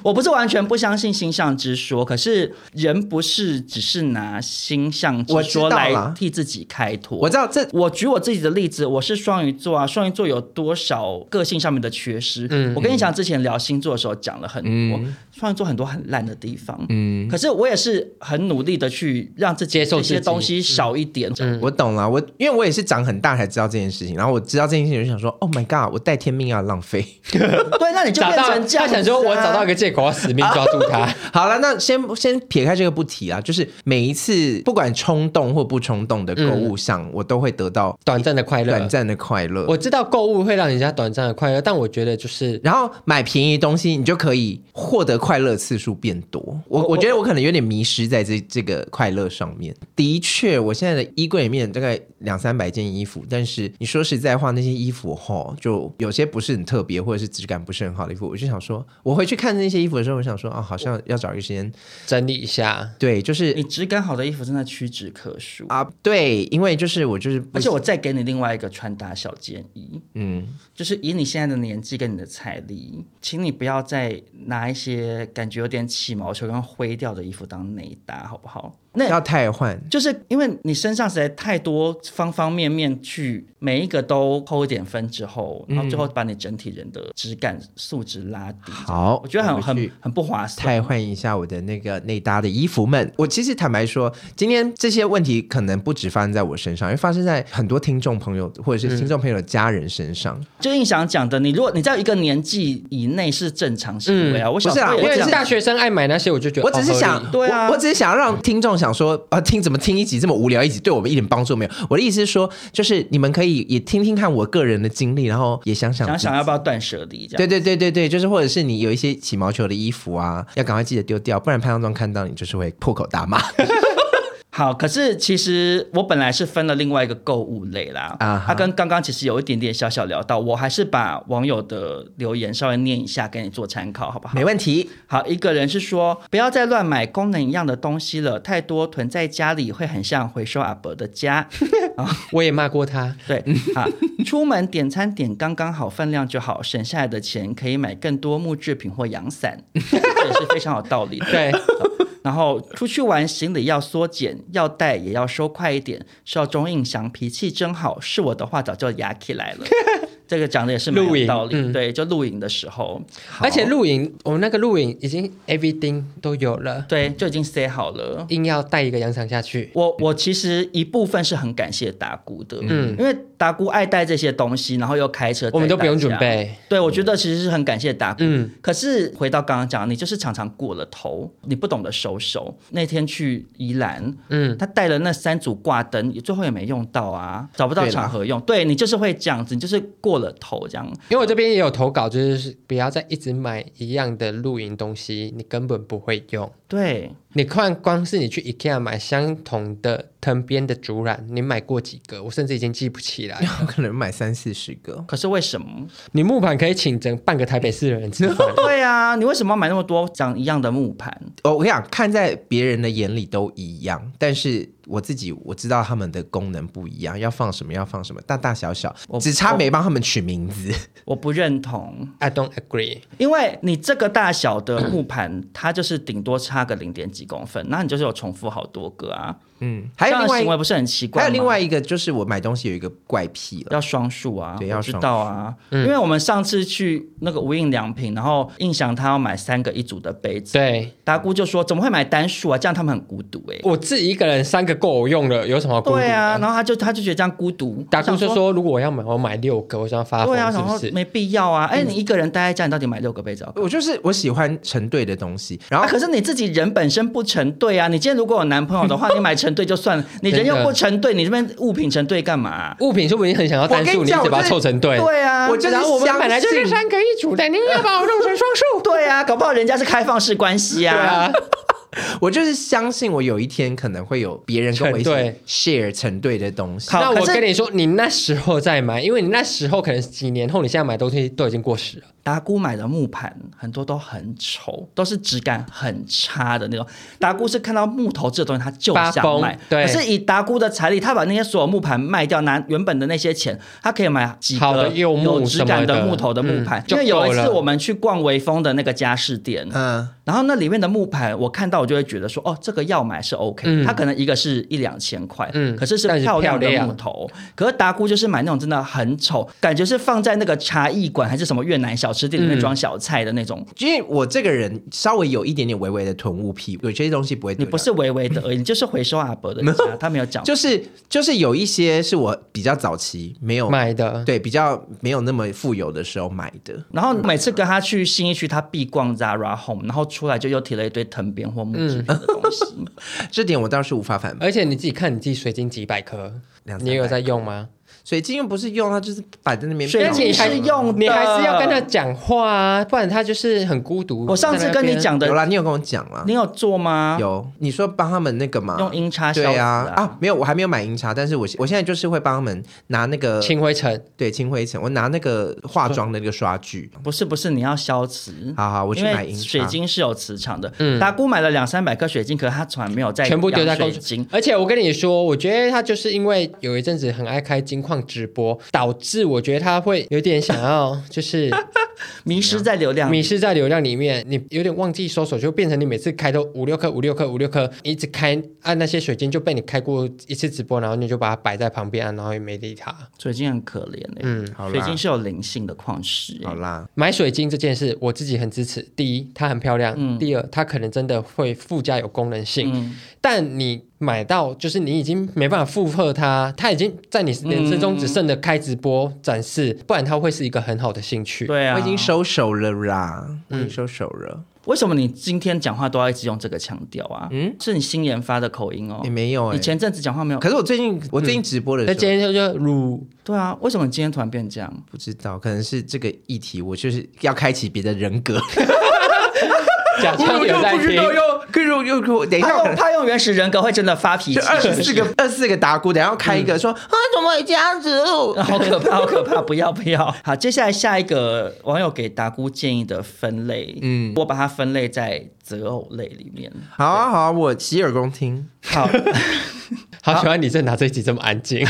我不是完全不相信星象之说，可是人不是只是拿星象之
我知道
说来
啦
替自己开脱。
我知道这
我举我自己的例子，我是双鱼座啊，双鱼座有多少个性上面的缺失？
嗯
我跟你讲，之前聊星座的时候讲了很多，
嗯
双鱼座很多很烂的地方，
嗯，
可是我也是很努力的去让自己
接受
这些
自己嗯
东西少一点。
我懂了。我因为我也是长很大才知道这件事情，然后我知道这件事情，我就想说，Oh my god，我带天命要浪费。
对，那你就
找
变
到
成这样、啊
他想说，我嗯找到一。个借口，要死命抓住 他。
好了，那先先撇开这个不提啦，就是每一次不管冲动或不冲动的购物上，我都会得到
嗯短暂的快乐
短，暂的快乐。
我知道购物会让人家短暂的快乐，但我觉得就是
然后买便宜的东西，你就可以获得快乐次数变多。我
我
我觉得我可能有点迷失在这这个快乐上面。的确，我现在的衣柜里面大概两三百件衣服，但是你说实在话，那些衣服吼，就有些不是很特别，或者是质感不是很好的衣服，我就想说，我回去看那些衣服的时候，我想说，啊，好像要找一个时间，
整理一下，
对，就
你
是
质感好的衣服真的屈指可数。
啊，对，因为就是我就是不
而且我再给你另外一个穿搭小建议，
嗯，
就是以你现在的年纪跟你的财力，请你不要再拿一些感觉有点起毛球跟灰掉的衣服当内搭，好不好？那
要汰换，
就是因为你身上实在太多方方面面去，每一个都扣一点分之后，然后最后把你整体人的质感素质拉低。
好
我觉得
我
很
回去
很很不划算。
汰换一下我的那个内搭的衣服们。我其实坦白说，今天这些问题可能不只发生在我身上，因为发生在很多听众朋友
嗯
或者是听众朋友的家人身上。
就印想讲的，你如果你在一个年纪以内是正常行为啊，我想
不是啊
因
我
为
只是
大学生爱买那些，我就觉得
我只是
哦合
想，
理
对啊
我，我只是想要让听众想说，啊，听怎么听一集这么无聊一集，对我们一点帮助没有。我的意思是说，就是你们可以也听听看我个人的经历，然后也想想
想想
自己
要不要断舍离这样。
对对对对对，就是或者是你有一些起毛球的衣服啊，要赶快记得丢掉，不然潘当庄看到你就是会破口 大骂
好，可是其实我本来是分了另外一个购物类啦，
啊
啊、
哈
它跟刚刚其实有一点点小小聊到，我还是把网友的留言稍微念一下，给你做参考，好不好？
没问题，
好，一个人是说不要再乱买功能一样的东西了，太多囤在家里会很像回收阿伯的 家。
我也骂过 他，
对啊，出门点餐点刚刚好分量就好，省下来的钱可以买更多木制品或阳 伞，这也是非常有道理的。
对，
然后出去玩，行李要缩减，要带也要收快一点。邵钟印祥脾气真好，是我的话早就牙起来 了。这个讲的也是蛮
露营
有道理，
嗯
对，就露营的时候，
而且露营，我们那个露营已经 everything 都有了，
对，就已经塞好了。
硬要带一个洋伞下去，
我我其实一部分是很感谢达姑的，
嗯
嗯，因为达姑爱带这些东西，然后又开车，
我们都不用准。备，
对，我觉得其实是很感谢达姑。
嗯，
可是回到刚刚讲，你就是常常过了头，你不懂得收手。那天去宜兰，
嗯
嗯，他带了那三组挂灯，最后也没用到啊，找不到
对啦
场合用。对你就是会这样子，你就是过了头这样。
因为我这边也有投稿，就是不要再一直买一样的露营东西，你根本不会用。
对，
你看，光是你去 IKEA 买相同的藤编的竹篮，你买过几个？我甚至已经记不起 来。
我可能买三四十个。
可是为什么？，
你木盘可以请整半个台北市的人吃饭
对啊，你为什么要买那么多长一样的木盘？
哦，我跟你讲，看在别人的眼里都一样，但是我自己我知道他们的功能不一样，要放什么要放什么，大大小小，
我
只差
我
没帮他们取名字。
我不认同，
I don't agree。
因为你这个大小的木盘，它就是顶多差个零点几公分，那你就是有重复好多个啊。
嗯，还有
这样
另
的
外一
行为不是很奇怪
还
吗？
有另外一个就是我买东西有一个怪癖了，
要双数啊，
对
我
要
知
双嗯
道啊，因为我们上次去那个无印良品，然后印象他要买三个一组的杯子，
对
达姑就说怎么会买单数啊？这样他们很孤独哎、
哦
我自己一个人三个够我用了，有什么孤独？
对啊，，然后他就他就觉得这样孤独，
打工
我
就
想。
说，如果我要买，我买六个，我想要发
对啊，然
疯，
后
是不是？
没必要啊！
嗯
哎，你一个人待在家，你到底买六个杯子要干嘛
我就是我喜欢成对的东西，然
啊？
后
可是你自己人本身不成对啊！你今天如果有男朋友的话，你买成对就算 了，你人
真的
又不成对，你这边物品成对干嘛啊、
物品说不定很想要单
我跟
数，
你
你一
讲
直把
我
它
就是
凑成对。
对啊，
我就是
然后我们
相
本来就是
信
三个一组的，你要把我弄成双数。
对啊，搞不好人家是开放式关系
对啊，
我就是相信我有一天可能会有别人跟我一起
成对
share 成对的东西。
好
那
可
我
是
跟你说，你那时候再买，因为你那时候可能几年后，你现在买东西都已经过时了。
达姑买的木盘很多都很丑，都是质感很差的那种。达姑是看到木头这东西，他就
发
想
疯
买。
对
可是以达姑的财力，他把那些所有木盘卖掉，拿原本的那些钱，他可以买几
好的
个
柚木
有质感
什么的
木头的木盘
嗯。
因为有一
就够
次
了
我们去逛微风的那个家饰店，
嗯，
然后那里面的木盘，我看到我就会觉得说，哦，这个要买是 OK，、
嗯
它可能一个是一两千块，
嗯
可是是
但是
漂亮的
漂亮
木头。可是达姑就是买那种真的很丑，感觉是放在那个茶艺馆还是什么越南小吃店里面
嗯
装小菜的那种。
因为我这个人稍微有一点点微微的囤物癖，有些东西不会
你
囤。
不是微微的而已，你就是回收啊阿伯的
没
家，他没有讲。
就是就是有一些是我比较早期没有
买的，
对比较没有那么富有的时候买的。
然后每次跟他去新一区，他必逛 Zara Home，然后出来就又提了一堆藤编或木制品
嗯
的东西。
这点我倒是无法反驳。
而且你自己看你自己水晶几百颗，
两三
你也有
百
在用吗？
水晶又不是用，它就是摆在那边。
水晶是用的，
你还是要跟他。讲话啊，不然他就是很孤独。
我上次跟你，讲
有
的，
啦，你有跟我讲啦
你。有做吗？
有，你说帮他们那个嘛？
用音叉消
对
磁
啊啊，没有，我还没有买银茶，但是我我现在就是会帮他们拿那个
秦灰尘，
对清灰尘，我拿那个化妆的那个刷 具。
不是不是，你要消磁。
好好，我去
因为
买银嗯茶。
水晶是有磁场的。达姑买了两三百颗水晶，可是她从来没有在
全部丢在
养
公
水晶。
而且我跟你说，我觉得他就是因为有一阵子很爱开金矿直播，导致我觉得他会有点想要就是
迷失在流量里，
迷失在流量里面，你有点忘记收手，就变成你每次开都五六颗、五六颗、五六颗，一直开按那些水晶就被你开过一次直播，然后你就把它摆在旁边，然后也没理它。
水晶很可怜哎、
嗯
好啦
水晶是有灵性的矿石、欸
好啦，
买水晶这件事，我自己很支持。第一，它很漂亮；第二，它可能真的会附加有功能性。
嗯，
但你买到就是你已经没办法负荷它，它已经在你人生中只剩的开直播展示，不然它会是一个很好的兴趣。
对啊。
我已经收手了啦，
嗯
我已经收手了。
为什么你今天讲话都要一直用这个腔调啊？嗯，是你新研发的口音哦。
也没有哎
你，前阵子讲话没有？
可是我最近我最近直播的
嗯那
时
今天
候。
就就乳
对啊，为什么你今天突然变这样？
不知道，可能是这个议题，我就是要开启别的人 格。
假装有 在听，哎
又，可是我又，我等一
他
下，我可
用
能
他用原始人格会真的发脾气
就，二
是不
十
是
四个二十四个打鼓，等一下要开一
嗯
个说啊，怎么会这样子？
好可怕，好可怕！不要不要。好，接下来下一个网友给达姑建议的分类，嗯，我把它分类在择偶类里面。
好啊好啊，我洗耳恭听。
好，
好喜欢你正拿这一集这么安静。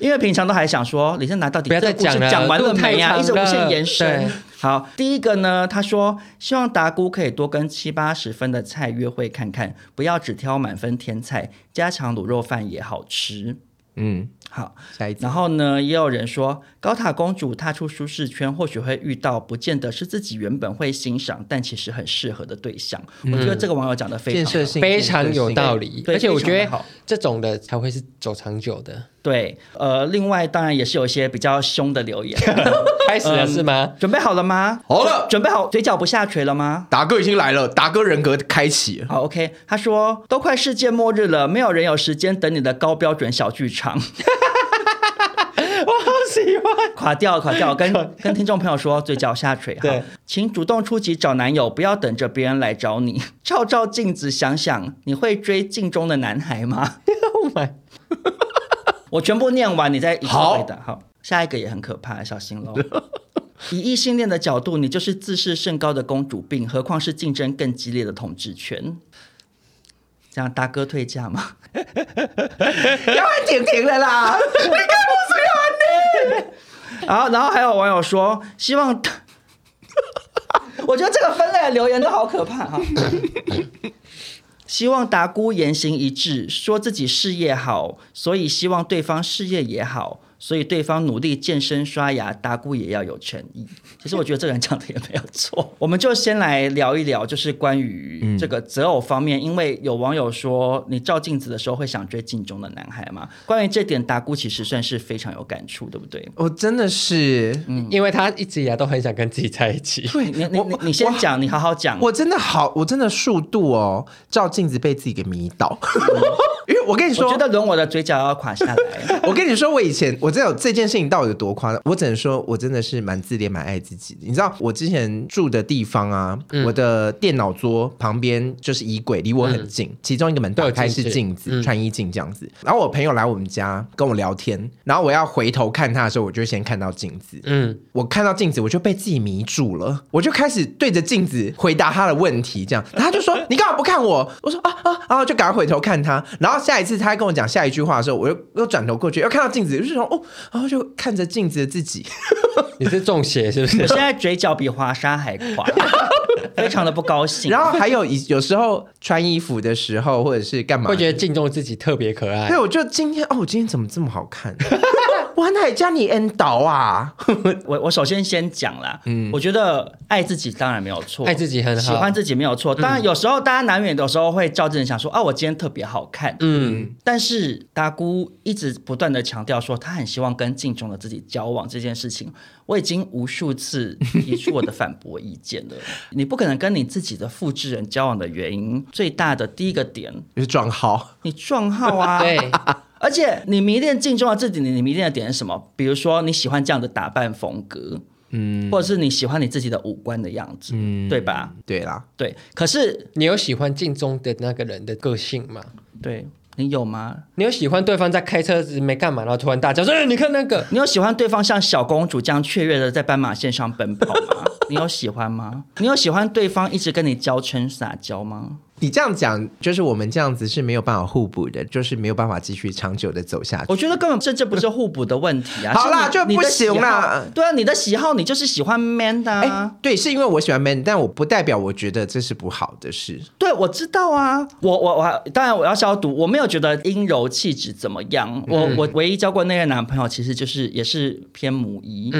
因为平常都还想说李正达到底
不要
这
再
个故事
讲了
讲完了没呀、一
路太长
直无限
了
延伸
对。
好，第一个呢，他说希望达姑可以多跟七八十分的菜约会看看，不要只挑满分天菜，家常卤肉饭也好吃。
嗯，
好，
下一集
然后呢，也有人说，高塔公主踏出舒适圈，或许会遇到不见得是自己原本会欣赏，但其实很适合的对象。我
嗯
觉得这个网友讲的非
建
常
设
好。
性
非常有道。理，
对
而且我觉
非常的
得
好
这种的才会是走长久的。
对，呃，另外当然也是有一些比较凶的留 言。
开始了
嗯
是吗？
准备好了吗？
好了
准备好嘴角不下垂了吗？
达哥已经来了，达哥人格开 启了。
好，OK。他说都快世界末日了，没有人有时间等你的高标准小剧场。
我好喜欢。
垮掉，垮掉！跟跟听众朋友说，嘴角下垂。
对
好，请主动出击找男友，不要等着别人来找你。 照照镜子，想想你会追镜中的男孩吗？
Oh my！
我全部念完，你再一次
好
回答。好，下一个也很可怕，小心喽。 以异性恋的角度，你就是自视甚高的公主病，何况是竞争更激烈的统治权。这样大哥退价吗？
要按婷婷了啦，
好， 然后还有网友说，希望，我觉得这个分类的留言都好可 怕哈。啊希望达姑言行一致，说自己事业好，所以希望对方事业也好，所以对方努力健身刷牙，达姑也要有诚意。其实我觉得这个人讲的也没有错。 我们就先来聊一聊，就是关于这个择偶方面，因为有网友说你照镜子的时候会想追镜中的男孩嘛。关于这点，达姑其实算是非常有感触，对不对？
我真的是，
嗯
因为他一直以来都很想跟自己在一起。
对
你你
我
你你先讲，你好好讲。
我真的好，我真的速度哦，照镜子被自己给迷倒。 因为我跟你
我
说
觉，得轮我的嘴角要垮下来。
我跟你说，我以前我真的有这件事情到底有多夸张？我只能说，我真的是蛮自恋、蛮爱自己的。你知道，我之前住的地方啊，
嗯
我的电脑桌旁边就是衣柜，离我很近，其中一个门打开
嗯
是
都有
镜
镜
子，
子嗯
穿衣镜这样子。然后我朋友来我们家跟我聊天，然后我要回头看他的时候，我就先看到镜子。
嗯，
我看到镜子，我就被自己迷住了，我就开始对着镜子回答他的问题，这样，然后他就说：“你干嘛不看我？”我说：“啊啊！”然后就赶快回头看他，然后下一次他跟我讲下一句话的时候，我又又转头过去，又看到镜子，就是说：“哦。”然后就看着镜子的自己，
你是中邪是
我
不是？
现在嘴角比华沙还垮，非常的不高兴。
然后还有一有时候穿衣服的时候，或者是干嘛
会，觉得哎镜中自己特别可爱
对，。我就今天哦，我今天怎么这么好看？ 我哪里叫你 N 导啊？
我我首先先讲啦，嗯，我觉得爱自己当然没有错，
爱自己很好嗯
喜欢自己没有错。当然有时候大家难免有时候会照镜子想说啊，我今天特别好看，
嗯，
但是达姑一直不断的强调说，她很希望跟镜中的自己交往这件事情，我已经无数次提出我的反驳意见 了。你不可能跟你自己的复制人交往的原因，最大的第一个点，
就是撞号，
你撞号啊，
对，
而且你迷恋镜中的自己，你迷恋的点是什么？比如说你喜欢这样的打扮风格，嗯，或者是你喜欢你自己的五官的样子，嗯，对吧？
对啦，
对，可是
你有喜欢镜中的那个人的个性吗？
对你有吗？
你有喜欢对方在开车子没干嘛，然后突然大叫说：“哎你看那个
你有喜欢对方像小公主这样雀跃的在斑马线上奔跑 吗？你有喜欢吗？你有喜欢对方一直跟你娇嗔撒娇吗？
你这样讲，就是我们这样子是没有办法互补的，就是没有办法继续长久的走下去。
我觉得根本这这不是互补的问题啊！
好啦
是你
就不行啦
你的喜好对啊，你的喜好你就是喜欢 man 的、
哎、
啊。
对，是因为我喜欢 man，但我不代表我觉得这是不好的事。
对，我知道啊，我我我还，当然我要消毒，我没有觉得阴柔气质怎么样。我、
嗯
我唯一交过那个男朋友，其实就是也是偏母仪，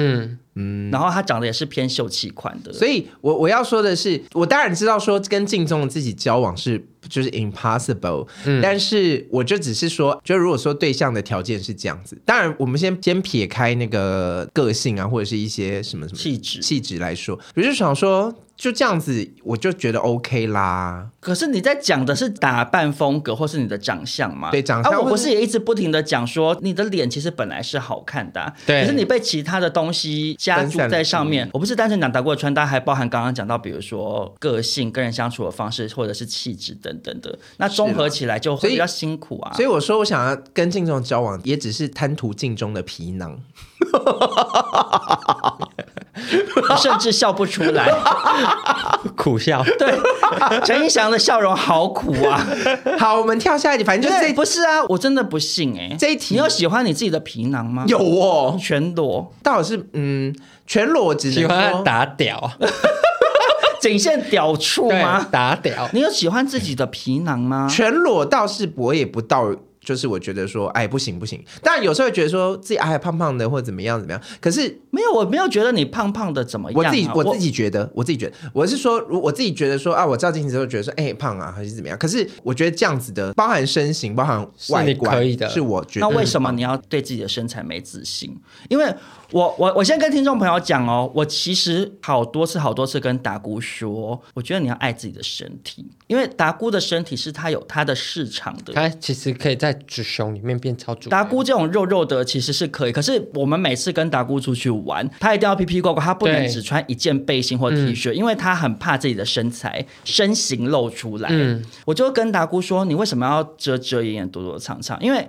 嗯，
然后他长得也是偏秀气款的。
所以我我要说的是，我当然知道说跟镜中的自己交往是就是 impossible，、但
嗯
是我就只是说，就如果说对象的条件是这样子，当然我们先先撇开那个个性啊，或者是一些什么什么
气质
气质来说，我就想说就这样子，我就觉得 OK 啦。
可是你在讲的是打扮风格，或是你的长相嘛？
对长相
啊，我
或
不
是
是也一直不停的讲说，你的脸其实本来是好看的啊、
对
可是你被其他的东西加注在上面。我不是单纯讲打过的穿搭，还包含刚刚讲到，比如说个性、跟人相处的方式，或者是气质等等的。那综合起来就
所
会
以
比较辛苦啊。
所以我说，我想要跟镜中交往，也只是贪图镜中的皮囊。
甚至笑不出来。
苦笑。”
对，陈意翔的笑容好苦啊！
好，我们跳下一题，反 正就
对，
是这
不是啊，我真的不信哎、
这一题
你有喜欢你自己的皮囊吗？
有哦，
全裸，
到底是嗯全裸只能
喜欢
说
打屌，
仅限屌处
对，
哦吗？
打屌。
你有喜欢自己的皮囊吗？
全裸倒是我也不到，就是我觉得说哎不行不行，但有时候会觉得说自己哎胖胖的或者怎么样怎么样，可是
没有，我没有觉得你胖胖的怎么样、
我
啊。
自己、我自己觉得我自己觉得我是说如我自己觉得说啊我照镜子之后觉得说哎胖啊还是怎么样，可是我觉得这样子的包含身形包含外
是你
观
可以的
是我觉
那
得
为什么你要对自己的身材没自信？因为我我我先跟听众朋友讲哦，我其实好多次好多次跟达姑说，我觉得你要爱自己的身体，因为达姑的身体是她有她的市场的。
他其实可以在纸熊里面变超主流
达姑这种肉肉的其实是可以，可是我们每次跟达姑出去玩，她一定要披披挂挂，她不能
对
只穿一件背心或 T 恤，因为她很怕自己的身材身形露出来。我就跟达姑说，你为什么要遮遮掩掩、躲躲藏藏？因为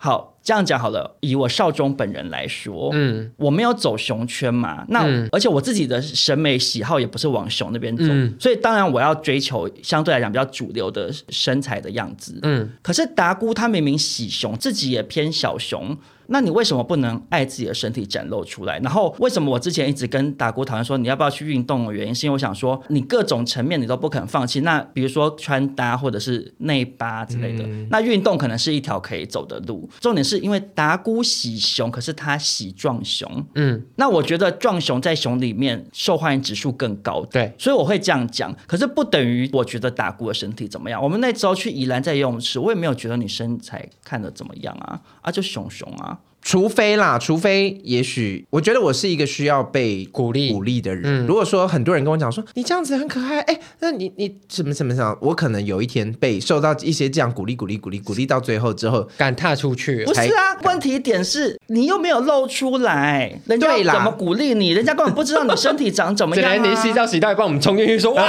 好这样讲好了，以我少中本人来说，嗯，我没有走熊圈嘛，那、而且我自己的审美喜好也不是往熊那边走，所以当然我要追求相对来讲比较主流的身材的样子，嗯，可是达姑她明明喜熊，自己也偏小熊。那你为什么不能爱自己的身体展露出来？然后为什么我之前一直跟达姑讨论说你要不要去运动的原因，是因为我想说你各种层面你都不肯放弃。那比如说穿搭或者是内八之类的，那运动可能是一条可以走的路。重点是因为达姑喜熊，可是她喜壮熊，嗯，那我觉得壮熊在熊里面受欢迎指数更高的，
对
所以我会这样讲。可是不等于我觉得达姑的身体怎么样。我们那时候去宜兰在游泳池，我也没有觉得你身材看的怎么样啊，啊就熊熊啊。
除非啦，除非也许，我觉得我是一个需要被
鼓励
鼓励的人。
嗯
如果说很多人跟我讲说你这样子很可爱，哎、那你你什么什么什么，我可能有一天被受到一些这样鼓励鼓励鼓励鼓励到最后之后，
敢踏出去
不，是啊，
才
问题点是你又没有露出来，人家
对啦
怎么鼓励你？人家根本不知道你身体长怎么
只
样、啊。
能你洗澡洗到一半，我们冲进去 说哇，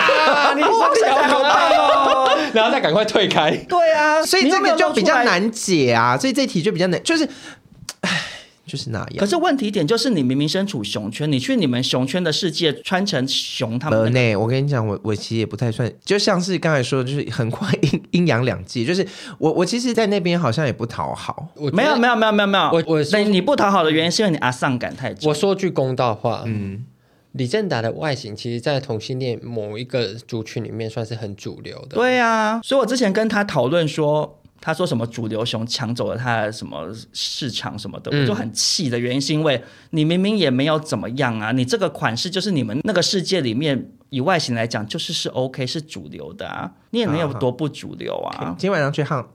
你
哇身
身体
材
好
好
可
棒
爱哦
哦，
然后再赶快退开。
对
呃
啊，
所以
你又
这
没
个
有
就
露
比
出
较
来。
难解啊。所以这题就比较难，就是，唉，就是那样。
可是问题点就是你明明身处熊圈，你去你们熊圈的世界穿成熊他们
了
的
呃呢，我跟你讲，我我其实也不太算，就像是刚才说的，就是很快阴阴阳两界，就是我我其实，在那边好像也不讨好，
我觉得
没有没有没有没有没有，
我我
那你不讨好的原因是因为你阿丧感太重。
我说句公道话，
嗯，
李正达的外形其实，在同性恋某一个族群里面算是很主流的。
对啊，所以我之前跟他讨论说，他说什么主流熊抢走了他的什么市场什么的，
嗯
我就很气的原因是因为你明明也没有怎么样啊，你这个款式就是你们那个世界里面以外形来讲就是是 OK 是主流的啊，你也没有多不主流啊。
今天晚上去 hunt，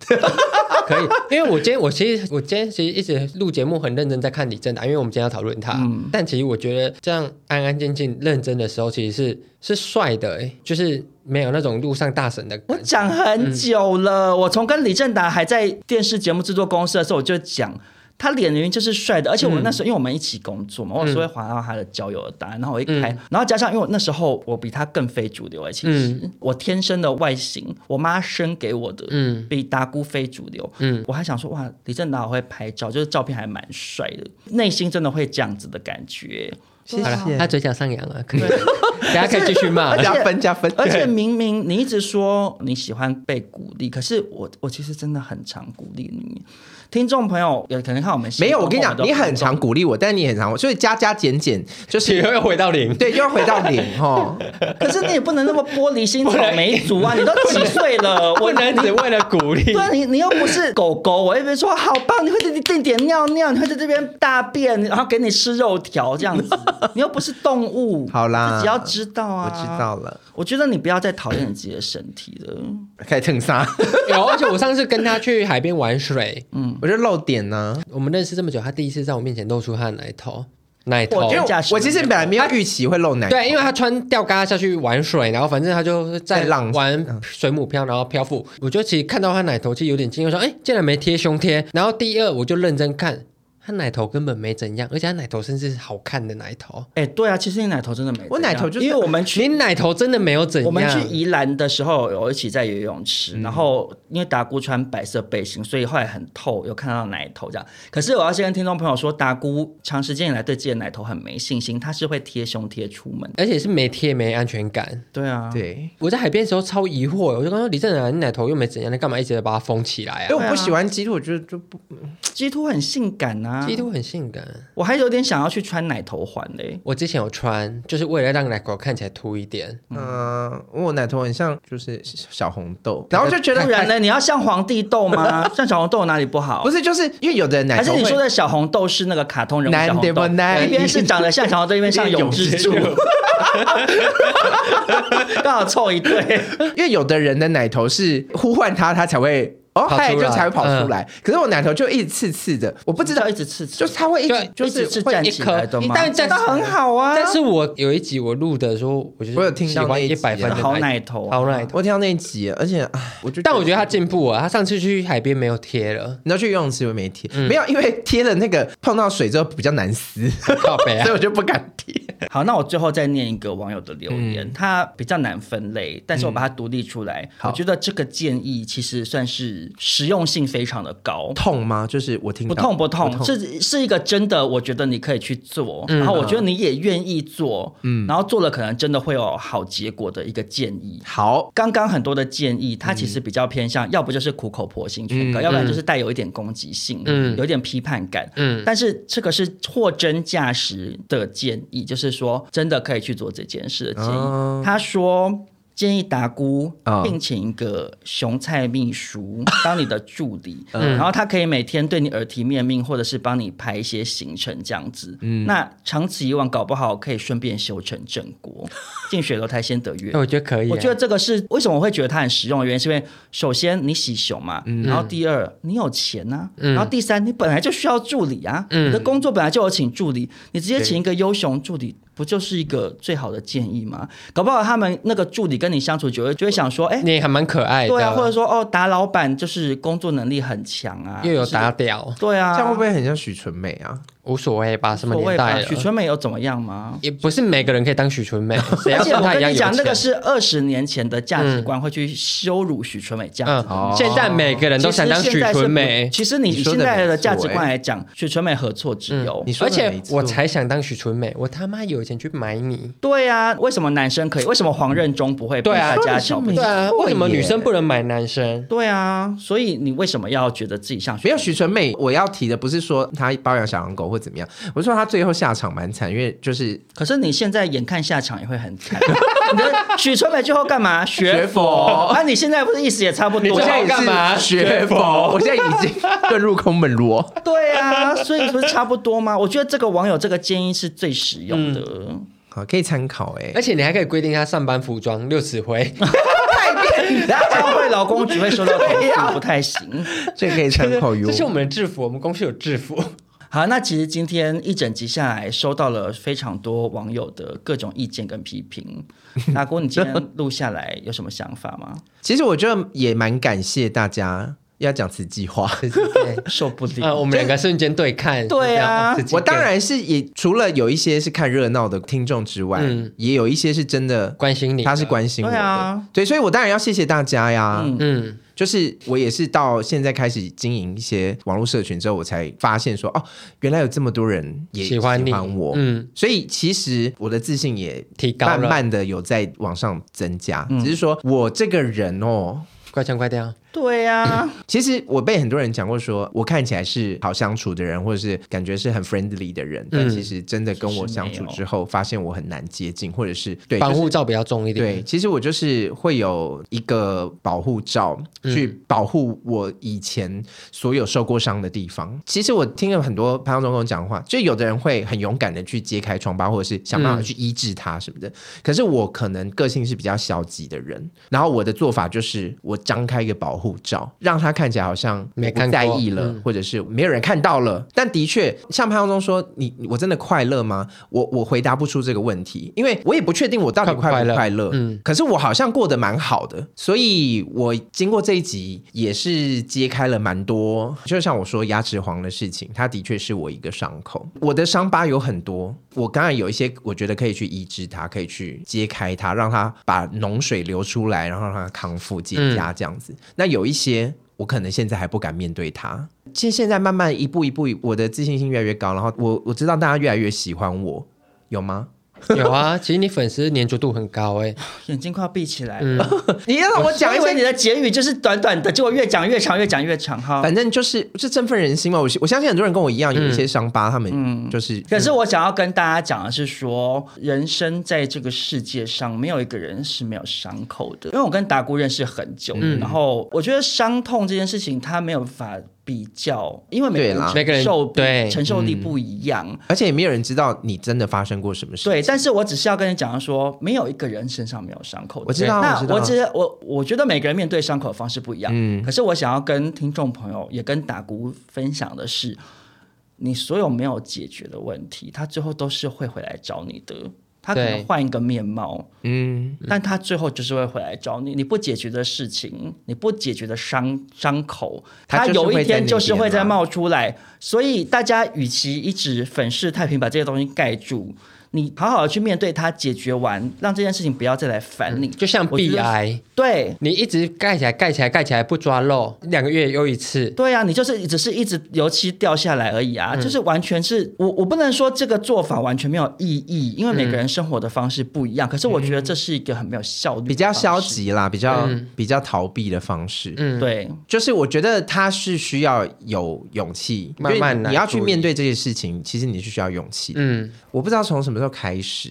可以，因为我今天我其实我今天其实一直录节目很认真在看李正达，因为我们今天要讨论他。
嗯
但其实我觉得这样安安静静认真的时候，其实是是帅的、欸，就是没有那种路上大神的
我
感觉。
讲很久了，我从跟李正达还在电视节目制作公司的时候，我就讲。他脸明明就是帅的，而且我那时候、因为我们一起工作嘛，我有时候会滑到他的交友的答案，然后我一开，然后加上因为我那时候我比他更非主流哎、其实、我天生的外形，我妈生给我的，
嗯
比达姑非主流，我还想说哇，李正达好会拍照，就是照片还蛮帅的，内心真的会这样子的感觉，
谢
好了，他
谢，啊
嘴角上 扬啊，可以，大家可以继续骂。
加分加分，
而且明明你一直说你喜欢被鼓励，可是我我其实真的很常鼓励你。听众朋友有可能看我们
没有，我跟你讲，你很常
常
鼓励我，但你也很常，所以加加减减就
体
是。
又回到零，
对，又要回到零哦，
可是你也不能那么玻璃心草莓族啊！你都几岁了，
不
我
能只为了鼓励
对。啊，你你又不是狗狗，我一边说好棒，你会在这定点尿尿，你会在这边大便，然后给你吃肉条这样 子，你又不是动物，
好啦
自己要知道啊，
我知。道了，
我觉得你不要再讨厌你自己的身体了。
开始蹭沙，
有，而且我上次跟他去海边玩水，
我就露点呢。
我们认识这么久，他第一次在我面前露出他的奶头，奶
我
头
觉。
因
得
为我其实本来没有预期会露奶，
对，因为他穿吊嘎下去玩水，然后反正他就在
在浪
玩水母漂，然后漂浮。我就其实看到他奶头，其实有点惊讶，说：“哎，竟然没贴胸贴。”然后第二，我就认真看，他奶头根本没怎样，而且他奶头甚至是好看的奶头。
哎、对啊，其实你奶头真的没怎样，
我奶头就是
因为我们去
你奶头真的没有怎样。
我们去宜兰的时候有一起在游泳
嗯
池，然后因为达姑穿白色背心，所以后来很透，有看到奶头这样。可是我要先跟听众朋友说，达姑长时间以来对自己的奶头很没信心，她是会贴胸贴出门。
而且是没贴没安全感。
对啊，
对，
我在海边的时候超疑惑，我就跟他说：“李正啊然，你奶头又没怎样，你干嘛一直把它封起来
因为
啊
我不喜欢鸡腿，我觉得就不
鸡突很性感啊？”，
鸡都很性感。
我还有点想要去穿奶头环嘞、
我之前有穿，就是为了让奶狗看起来凸一点。
嗯，因为我奶头很像就是小红豆，然后就觉
不
得
然呢？你要像皇帝豆 吗？像小红豆哪里不好？
不是，就是因为有的人奶
还是
头
你说
会。
的小红豆是那个卡通人物
男
小
的
红
不
豆，
男
一边是长得像小红豆，一边像永之助
一边永，
刚好凑一对。
因为有的人的奶头是呼唤他，他才会哦
跑出来
嗨，就才会跑出来。可是我奶头就一直刺刺的，我不知道
一，直刺刺，
就是他会一直
对
就是
一直刺
会
站
一
起来
颗
的吗，
但但
那很好啊。
但是我有一集我录的时候，我就是
我有听
喜
到那
欢
一
一
集
百分的
好
奶
奶头，
啊
好奶头。
我听到那一集，而且唉，我就
但我觉得他进步了，他上次去海边没有贴了，
你要去游泳池我没贴，
嗯
没有，因为贴了那个碰到水之后比较难撕，
靠北
所 以
啊！
我就不敢贴。
好，那我最后再念一个网友的留言，他比较难分类，但是我把它独立出来。我觉得这个建议其实算是实用性非常的高，
痛吗？就是我听
不
到
痛不痛，是是一个真的，我觉得你可以去做，然后我觉得你也愿意做，嗯，然后做了可能真的会有好结果的一个建议。
好，
刚刚很多的建议，它其实比较偏向，要不就是苦口婆心劝告，要不然就是带有一点攻击性，
嗯
有一点批判感，
嗯
但是这个是货真价实的建议，就是说真的可以去做这件事的建议。
哦
他说。建议达姑
啊
聘请一个熊菜秘书当你的助理，然后他可以每天对你耳提面命，或者是帮你排一些行程这样子。那长此以往，搞不好可以顺便修成正果，进水楼台先得月
那。我觉得可以耶，啊
我觉得这个是为什么我会觉得它很实用的原因，是因为首先你喜熊嘛，
嗯
然后第二你有钱呐、然后第三你本来就需要助理啊，
嗯
你的工作本来就有请助理，你直接请一个优熊助理。不就是一个最好的建议吗？搞不好他们那个助理跟你相处久了，就会想说，哎、
你也还蛮可爱的，
对啊，或者说哦，达老板就是工作能力很强啊，
又有
就是
打屌，
对啊，
这样会不会很像许纯美啊？
无所谓吧，什么
所
年
谓吧
代啊了，
许纯美又怎么样吗？
也不是每个人可以当许 纯美，谁
而
要
且
像
我
啊她一
跟
样
你
有
讲，那个
钱嗯
是二十年前的价值观会去羞辱许纯美这样子的
哦
嗯，现在每个人都想当许纯美，
啊其实你
你
以
说
现
得
在
没
的
错
价值观
欸
来讲，许纯美何错之有？呃
你说
而
的
且
没错
我才想当许纯美，我他妈有钱去买你。
对啊，为什么男生可以？为什么黄任中不会被大家瞧不起？
没
对啊，
错
为什么
耶
女生不能买男生？
对啊，所以你为什么要觉得自己像
没
许
有许纯美，我要提的不是说她包养小狼狗或怎么样，我是说她最后下场蛮惨，因为就是
可是你现在眼看下场也会很惨。 你的许纯美最后干嘛？学
学佛
啊，你现在不是意思也差不多
我
最
现在
后
也
干嘛
是学佛，我现在已经遁入空门 罗。
对啊，所以不是差不多吗？我觉得这个网友这个建议是最实用的。
嗯
好，可以参考哎、
而且你还可以规定她上班服装六尺灰，
然后教会劳工局会 收到投诉，不太行。
这个可以参考哦哟
这。是我们的制服，我们公司有制服。
好，那其实今天一整集下来，收到了非常多网友的各种意见跟批评。大姑，你今天录下来有什么想法吗？
其实我觉得也蛮感谢大家要讲慈济话。
受不了。
呃，我们两个瞬间对看，
对啊
就这样
我当然是也除了有一些是看热闹的听众之外，
嗯
也有一些是真的
关心你，
他是，关心我的，
对啊
对所以我当然要谢谢大家呀。
嗯
嗯，
就是我也是到现在开始经营一些网络社群之后，我才发现说，哦，原来有这么多人也
喜
喜
欢你，
我。
嗯，
所以其实我的自信也
提高了
慢慢的有在往上增加，
嗯
只是说我这个人哦，
快枪快掉，
对呀、啊，
其实我被很多人讲过说，我看起来是好相处的人，或者是感觉是很 friendly 的人，但其实真的跟我相处之后，发现我很难接近，或者是对
防。
就
护
是
罩比较重一点，
对，，其实我就是会有一个保护罩
嗯
去保护我以前所有受过伤的地方。其实我听了很多潘总跟我讲话，就有的人会很勇敢的去揭开疮疤，或者是想办法去医治它什么的。可是我可能个性是比较消极的人，然后我的做法就是我张开一个保护罩，让它看起来好像
没
我不
看过
在意了，
嗯
或者是没有人看到了。但的确，像潘耀宗说，你我真的快乐吗？我我回答不出这个问题，因为我也不确定我到
快
底
不
快不
快
快
乐
乐。
嗯
可是我好像过得蛮好的，所以我经过这一集也是揭开了蛮多，就像我说牙齿黄的事情，它的确是我一个伤口。我的伤疤有很多，我当然有一些我觉得可以去医治它，可以去揭开它，让它把脓水流出来，然后让它康复结
嗯
痂这样子。那有一些我可能现在还不敢面对它。其实现在慢慢一步一步，我的自信心越来越高，然后我我知道大家越来越喜欢我，有吗？
有啊，其实你粉丝粘着度很高哎、
眼睛快要闭起来了。
你要让我讲
讲
一
一
些
为你的结语就是短短的，结果越讲越长，越讲越长哈。
反正就是这振奋人心嘛。我我相信很多人跟我一样有一些伤疤，他们就是。
嗯可是我想要跟大家讲的是说，人生在这个世界上，没有一个人是没有伤口的。因为我跟达姑认识很久，然后我觉得伤痛这件事情，它没有法比较，因为每个
对啦
人
每个人
承受
对
承受力不一样。
而且也没有人知道你真的发生过什么事。
对，，但是我只是要跟你讲说，没有一个人身上没有伤口的。
我知道，
那
知道。
我只我我觉得每个人面对伤口的方式不一样，嗯，可是我想要跟听众朋友也跟打鼓分享的是，你所有没有解决的问题，他最后都是会回来找你的。他可能
对
换一个面貌，
嗯，
但他最后就是会回来找你。你不解决的事情，你不解决的伤伤口，
他
它
就是
有
会
一
在
天
那
就是
边啊
会再
嘛
冒出来。所以大家与其一直粉饰太平，把这些东西盖住，你好好的去面对它，解决完，让这件事情不要再来烦
嗯
你。
就像
我觉得
鼻癌，
对，
你一直盖起来、盖起来、盖起来不抓肉，两个月又一次，
对啊，你就是只是一直油漆掉下来而已
嗯
啊，就是完全是我我不能说这个做法完全没有意义，因为每个人生活的方式不一样。可是我觉得这是一个很没有效率的
嗯比较
方式
消，极啦，比较、
嗯
比较逃避的方式。嗯，
对，
就是我觉得他是需要有勇气，
慢慢
因为
来
你要去
处理
面对这些事情，其实你是需要勇气。
嗯，
我不知道从什么时候开始，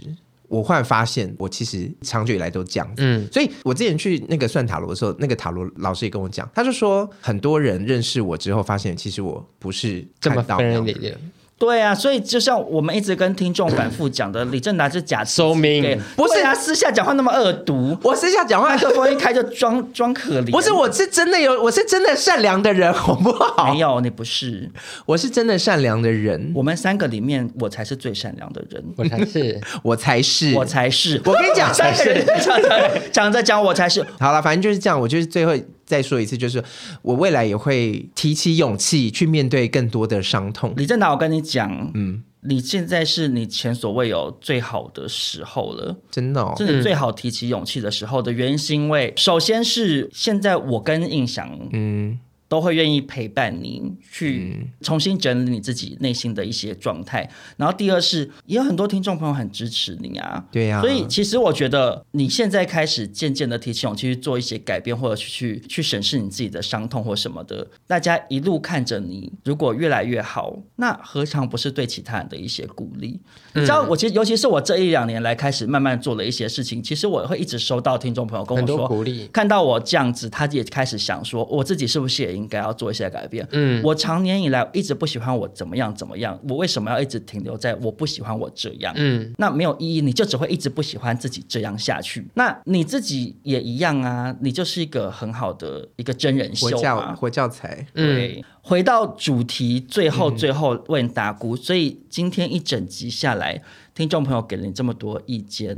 我忽然发现，我其实长久以来都这样子。
嗯
所以我之前去那个算塔罗的时候，那个塔罗老师也跟我讲，他就说很多人认识我之后，发现其实我不是
这么
看到那样
friendly 的，
对啊，所以就像我们一直跟听众反复讲的，李正达是假
收命
对
不是
对啊，私下讲话那么恶毒，
我私下讲话
麦克风一开就装装可怜。
不是，我是真的有，我是真的善良的人，好不好
哎
没？有，你不是。
我是真的善良的人，
我们三个里面，我才是最善良的人，
我才 是。
我才是，
我。才是。
我跟你 讲，
三个人在讲着讲着讲，我才是。
好了，反正就是这样。我就是最后再说一次，就是我未来也会提起勇气去面对更多的伤痛。
李正达，我跟你讲，
嗯，
你现在是你前所未有最好的时候了。
真的、哦，
是你最好提起勇气的时候的原因，是因为首先是现在我跟印翔
嗯，
都会愿意陪伴你去重新整理你自己内心的一些状态。然后第二是，也有很多听众朋友很支持你啊。
对呀、
所以其实我觉得你现在开始渐渐的提起勇气去做一些改变，或者去去审视你自己的伤痛或什么的，大家一路看着你，如果越来越好，那何尝不是对其他人的一些鼓励？你
嗯
知道，我其实尤其是我这一两年来开始慢慢做了一些事情，其实我会一直收到听众朋友跟我
很多
说
鼓励
看到我这样子，他也开始想说，我自己是不是也应该要做一些改变？
嗯
我常年以来一直不喜欢我怎么样怎么样，我为什么要一直停留在我不喜欢我这样？
嗯，
那没有意义，你就只会一直不喜欢自己这样下去。那你自己也一样啊，你就是一个很好的一个真人
活
秀啊
教
嘛。
活教材，
对，回到主题，最后最后问达姑，所以今天一整集下来，听众朋友给了你这么多意见，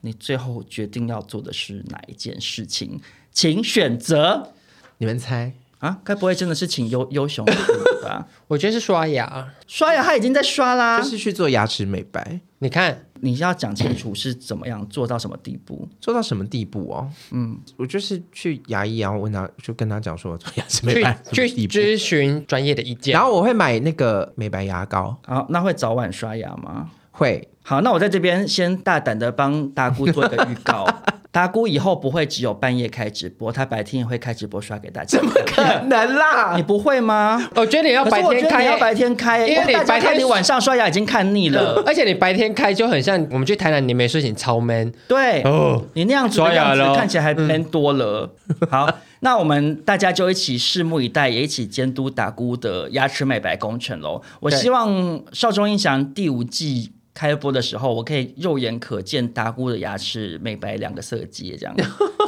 你最后决定要做的是哪一件事情？请选择
你们猜？
啊！该不会真的是请优 优雄去吧？
我觉得是刷牙。
刷牙他已经在刷啦，
就是去做牙齿美白，
你看，
你要讲清楚是怎么样做到什么地步。
做到什么地步哦？嗯，我就是去牙医，然后问他，就跟他讲说做牙齿美白
去
什么地
去
步，
咨询专业的意见。
然后我会买那个美白牙膏，
好，那会早晚刷牙吗？
会
好，那我在这边先大胆的帮达姑做一个预 告，达姑以后不会只有半夜开直播，她白天也会开直播刷给大家。怎么
可能
你
啦，
不会吗？
哦我觉得你要
可
白
是我
天
觉得
开，
你要白天开，
因为你
大家
白天
看你晚上刷牙已经看腻了。
而且你白天开就很像我们去台南，你没睡醒超 man
对，
哦。嗯
你那样子的
刷牙
样子
了
看起来还偏多了。好， 那我们大家就一起拭目以待，也一起监督打姑的牙齿美白工程喽。我
对
希望少中印象第五季。开播的时候，我可以肉眼可见达姑的牙齿美白两个色阶， 这样。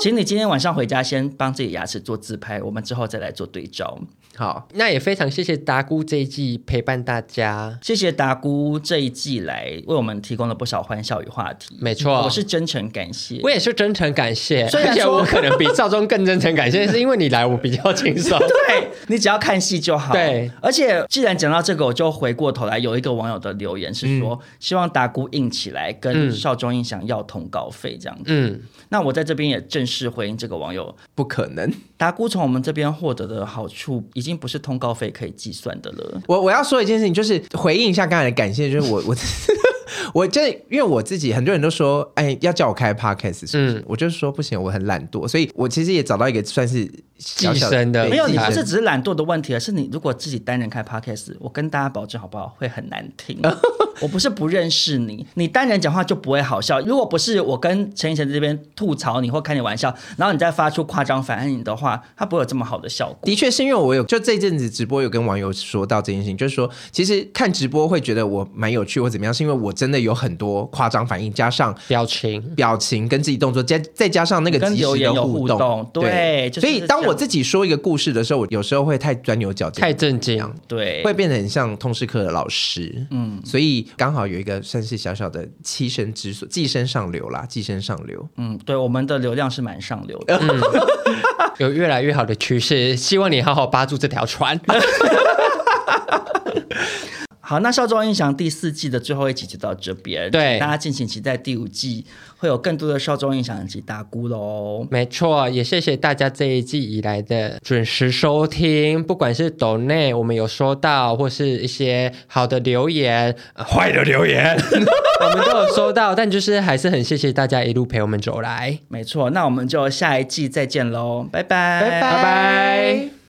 请你今天晚上回家先帮自己牙齿做自拍，我们之后再来做对照。
好，
那也非常谢谢达姑这一季陪伴大家，
谢谢达姑这一季来为我们提供了不少欢笑与话题，
没错
嗯我是真诚感谢。
我也是真诚感谢，
虽然
而且
说
我可能比赵忠更真诚感谢，是因为你来我比较 轻 松。
对你只要看戏就好。
对，
而且既然讲到这个，我就回过头来，有一个网友的留言是说，希望达姑硬起来跟
嗯
少中印象要通告费这样子。
嗯，
那我在这边也正式回应这个网友，
不可能。
达姑从我们这边获得的好处，已经不是通告费可以计算的了。
我我要说一件事情，就是回应一下刚才的感谢，就 是我我 我真的因为我自己，很多人都说，哎，要叫我开 podcast，是不是？
嗯
我就说不行，我很懒惰，所以我其实也找到一个算是小小
寄生的
对
没有，
寄
你
生
不是只是懒惰的问题，而是你如果自己单人开 podcast，我跟大家保证好不好，会很难听。我不是不认识你，你单人讲话就不会好笑。如果不是我跟陈以晨这边吐槽你或开你玩笑，然后你再发出夸张反应的话，它不会有这么好的效果。
的确是因为我有就这阵子直播有跟网友说到这件事情，就是说其实看直播会觉得我蛮有趣或怎么样，是因为我真的有很多夸张反应，加上
表情
表情跟自己动作，再再加上那个
嗯跟
及
留
时
言
的
有
互
互动对就是
所以当
这样
我自己说一个故事的时候，我有时候会太钻牛角尖，
太震惊，
啊对，
会变得很像通识课的老师，嗯，所以刚好有一个算是小小的栖身之所，寄生上流啦，寄生上流。
嗯，对，我们的流量是蛮上流的。
有越来越好的趋势，希望你好好扒住这条船。
好，那《少壮印象》第四季的最后一集就到这边，
对
大家敬请期待第五季会有更多的《少壮印象》及大姑喽。
没错，也谢谢大家这一季以来的准时收听，不管是抖内我们有收到，或是一些好的留言、呃坏的留言， 我们都有收到，但就是还是很谢谢大家一路陪我们走来，
没错，那我们就下一季再见喽，拜拜，
拜拜。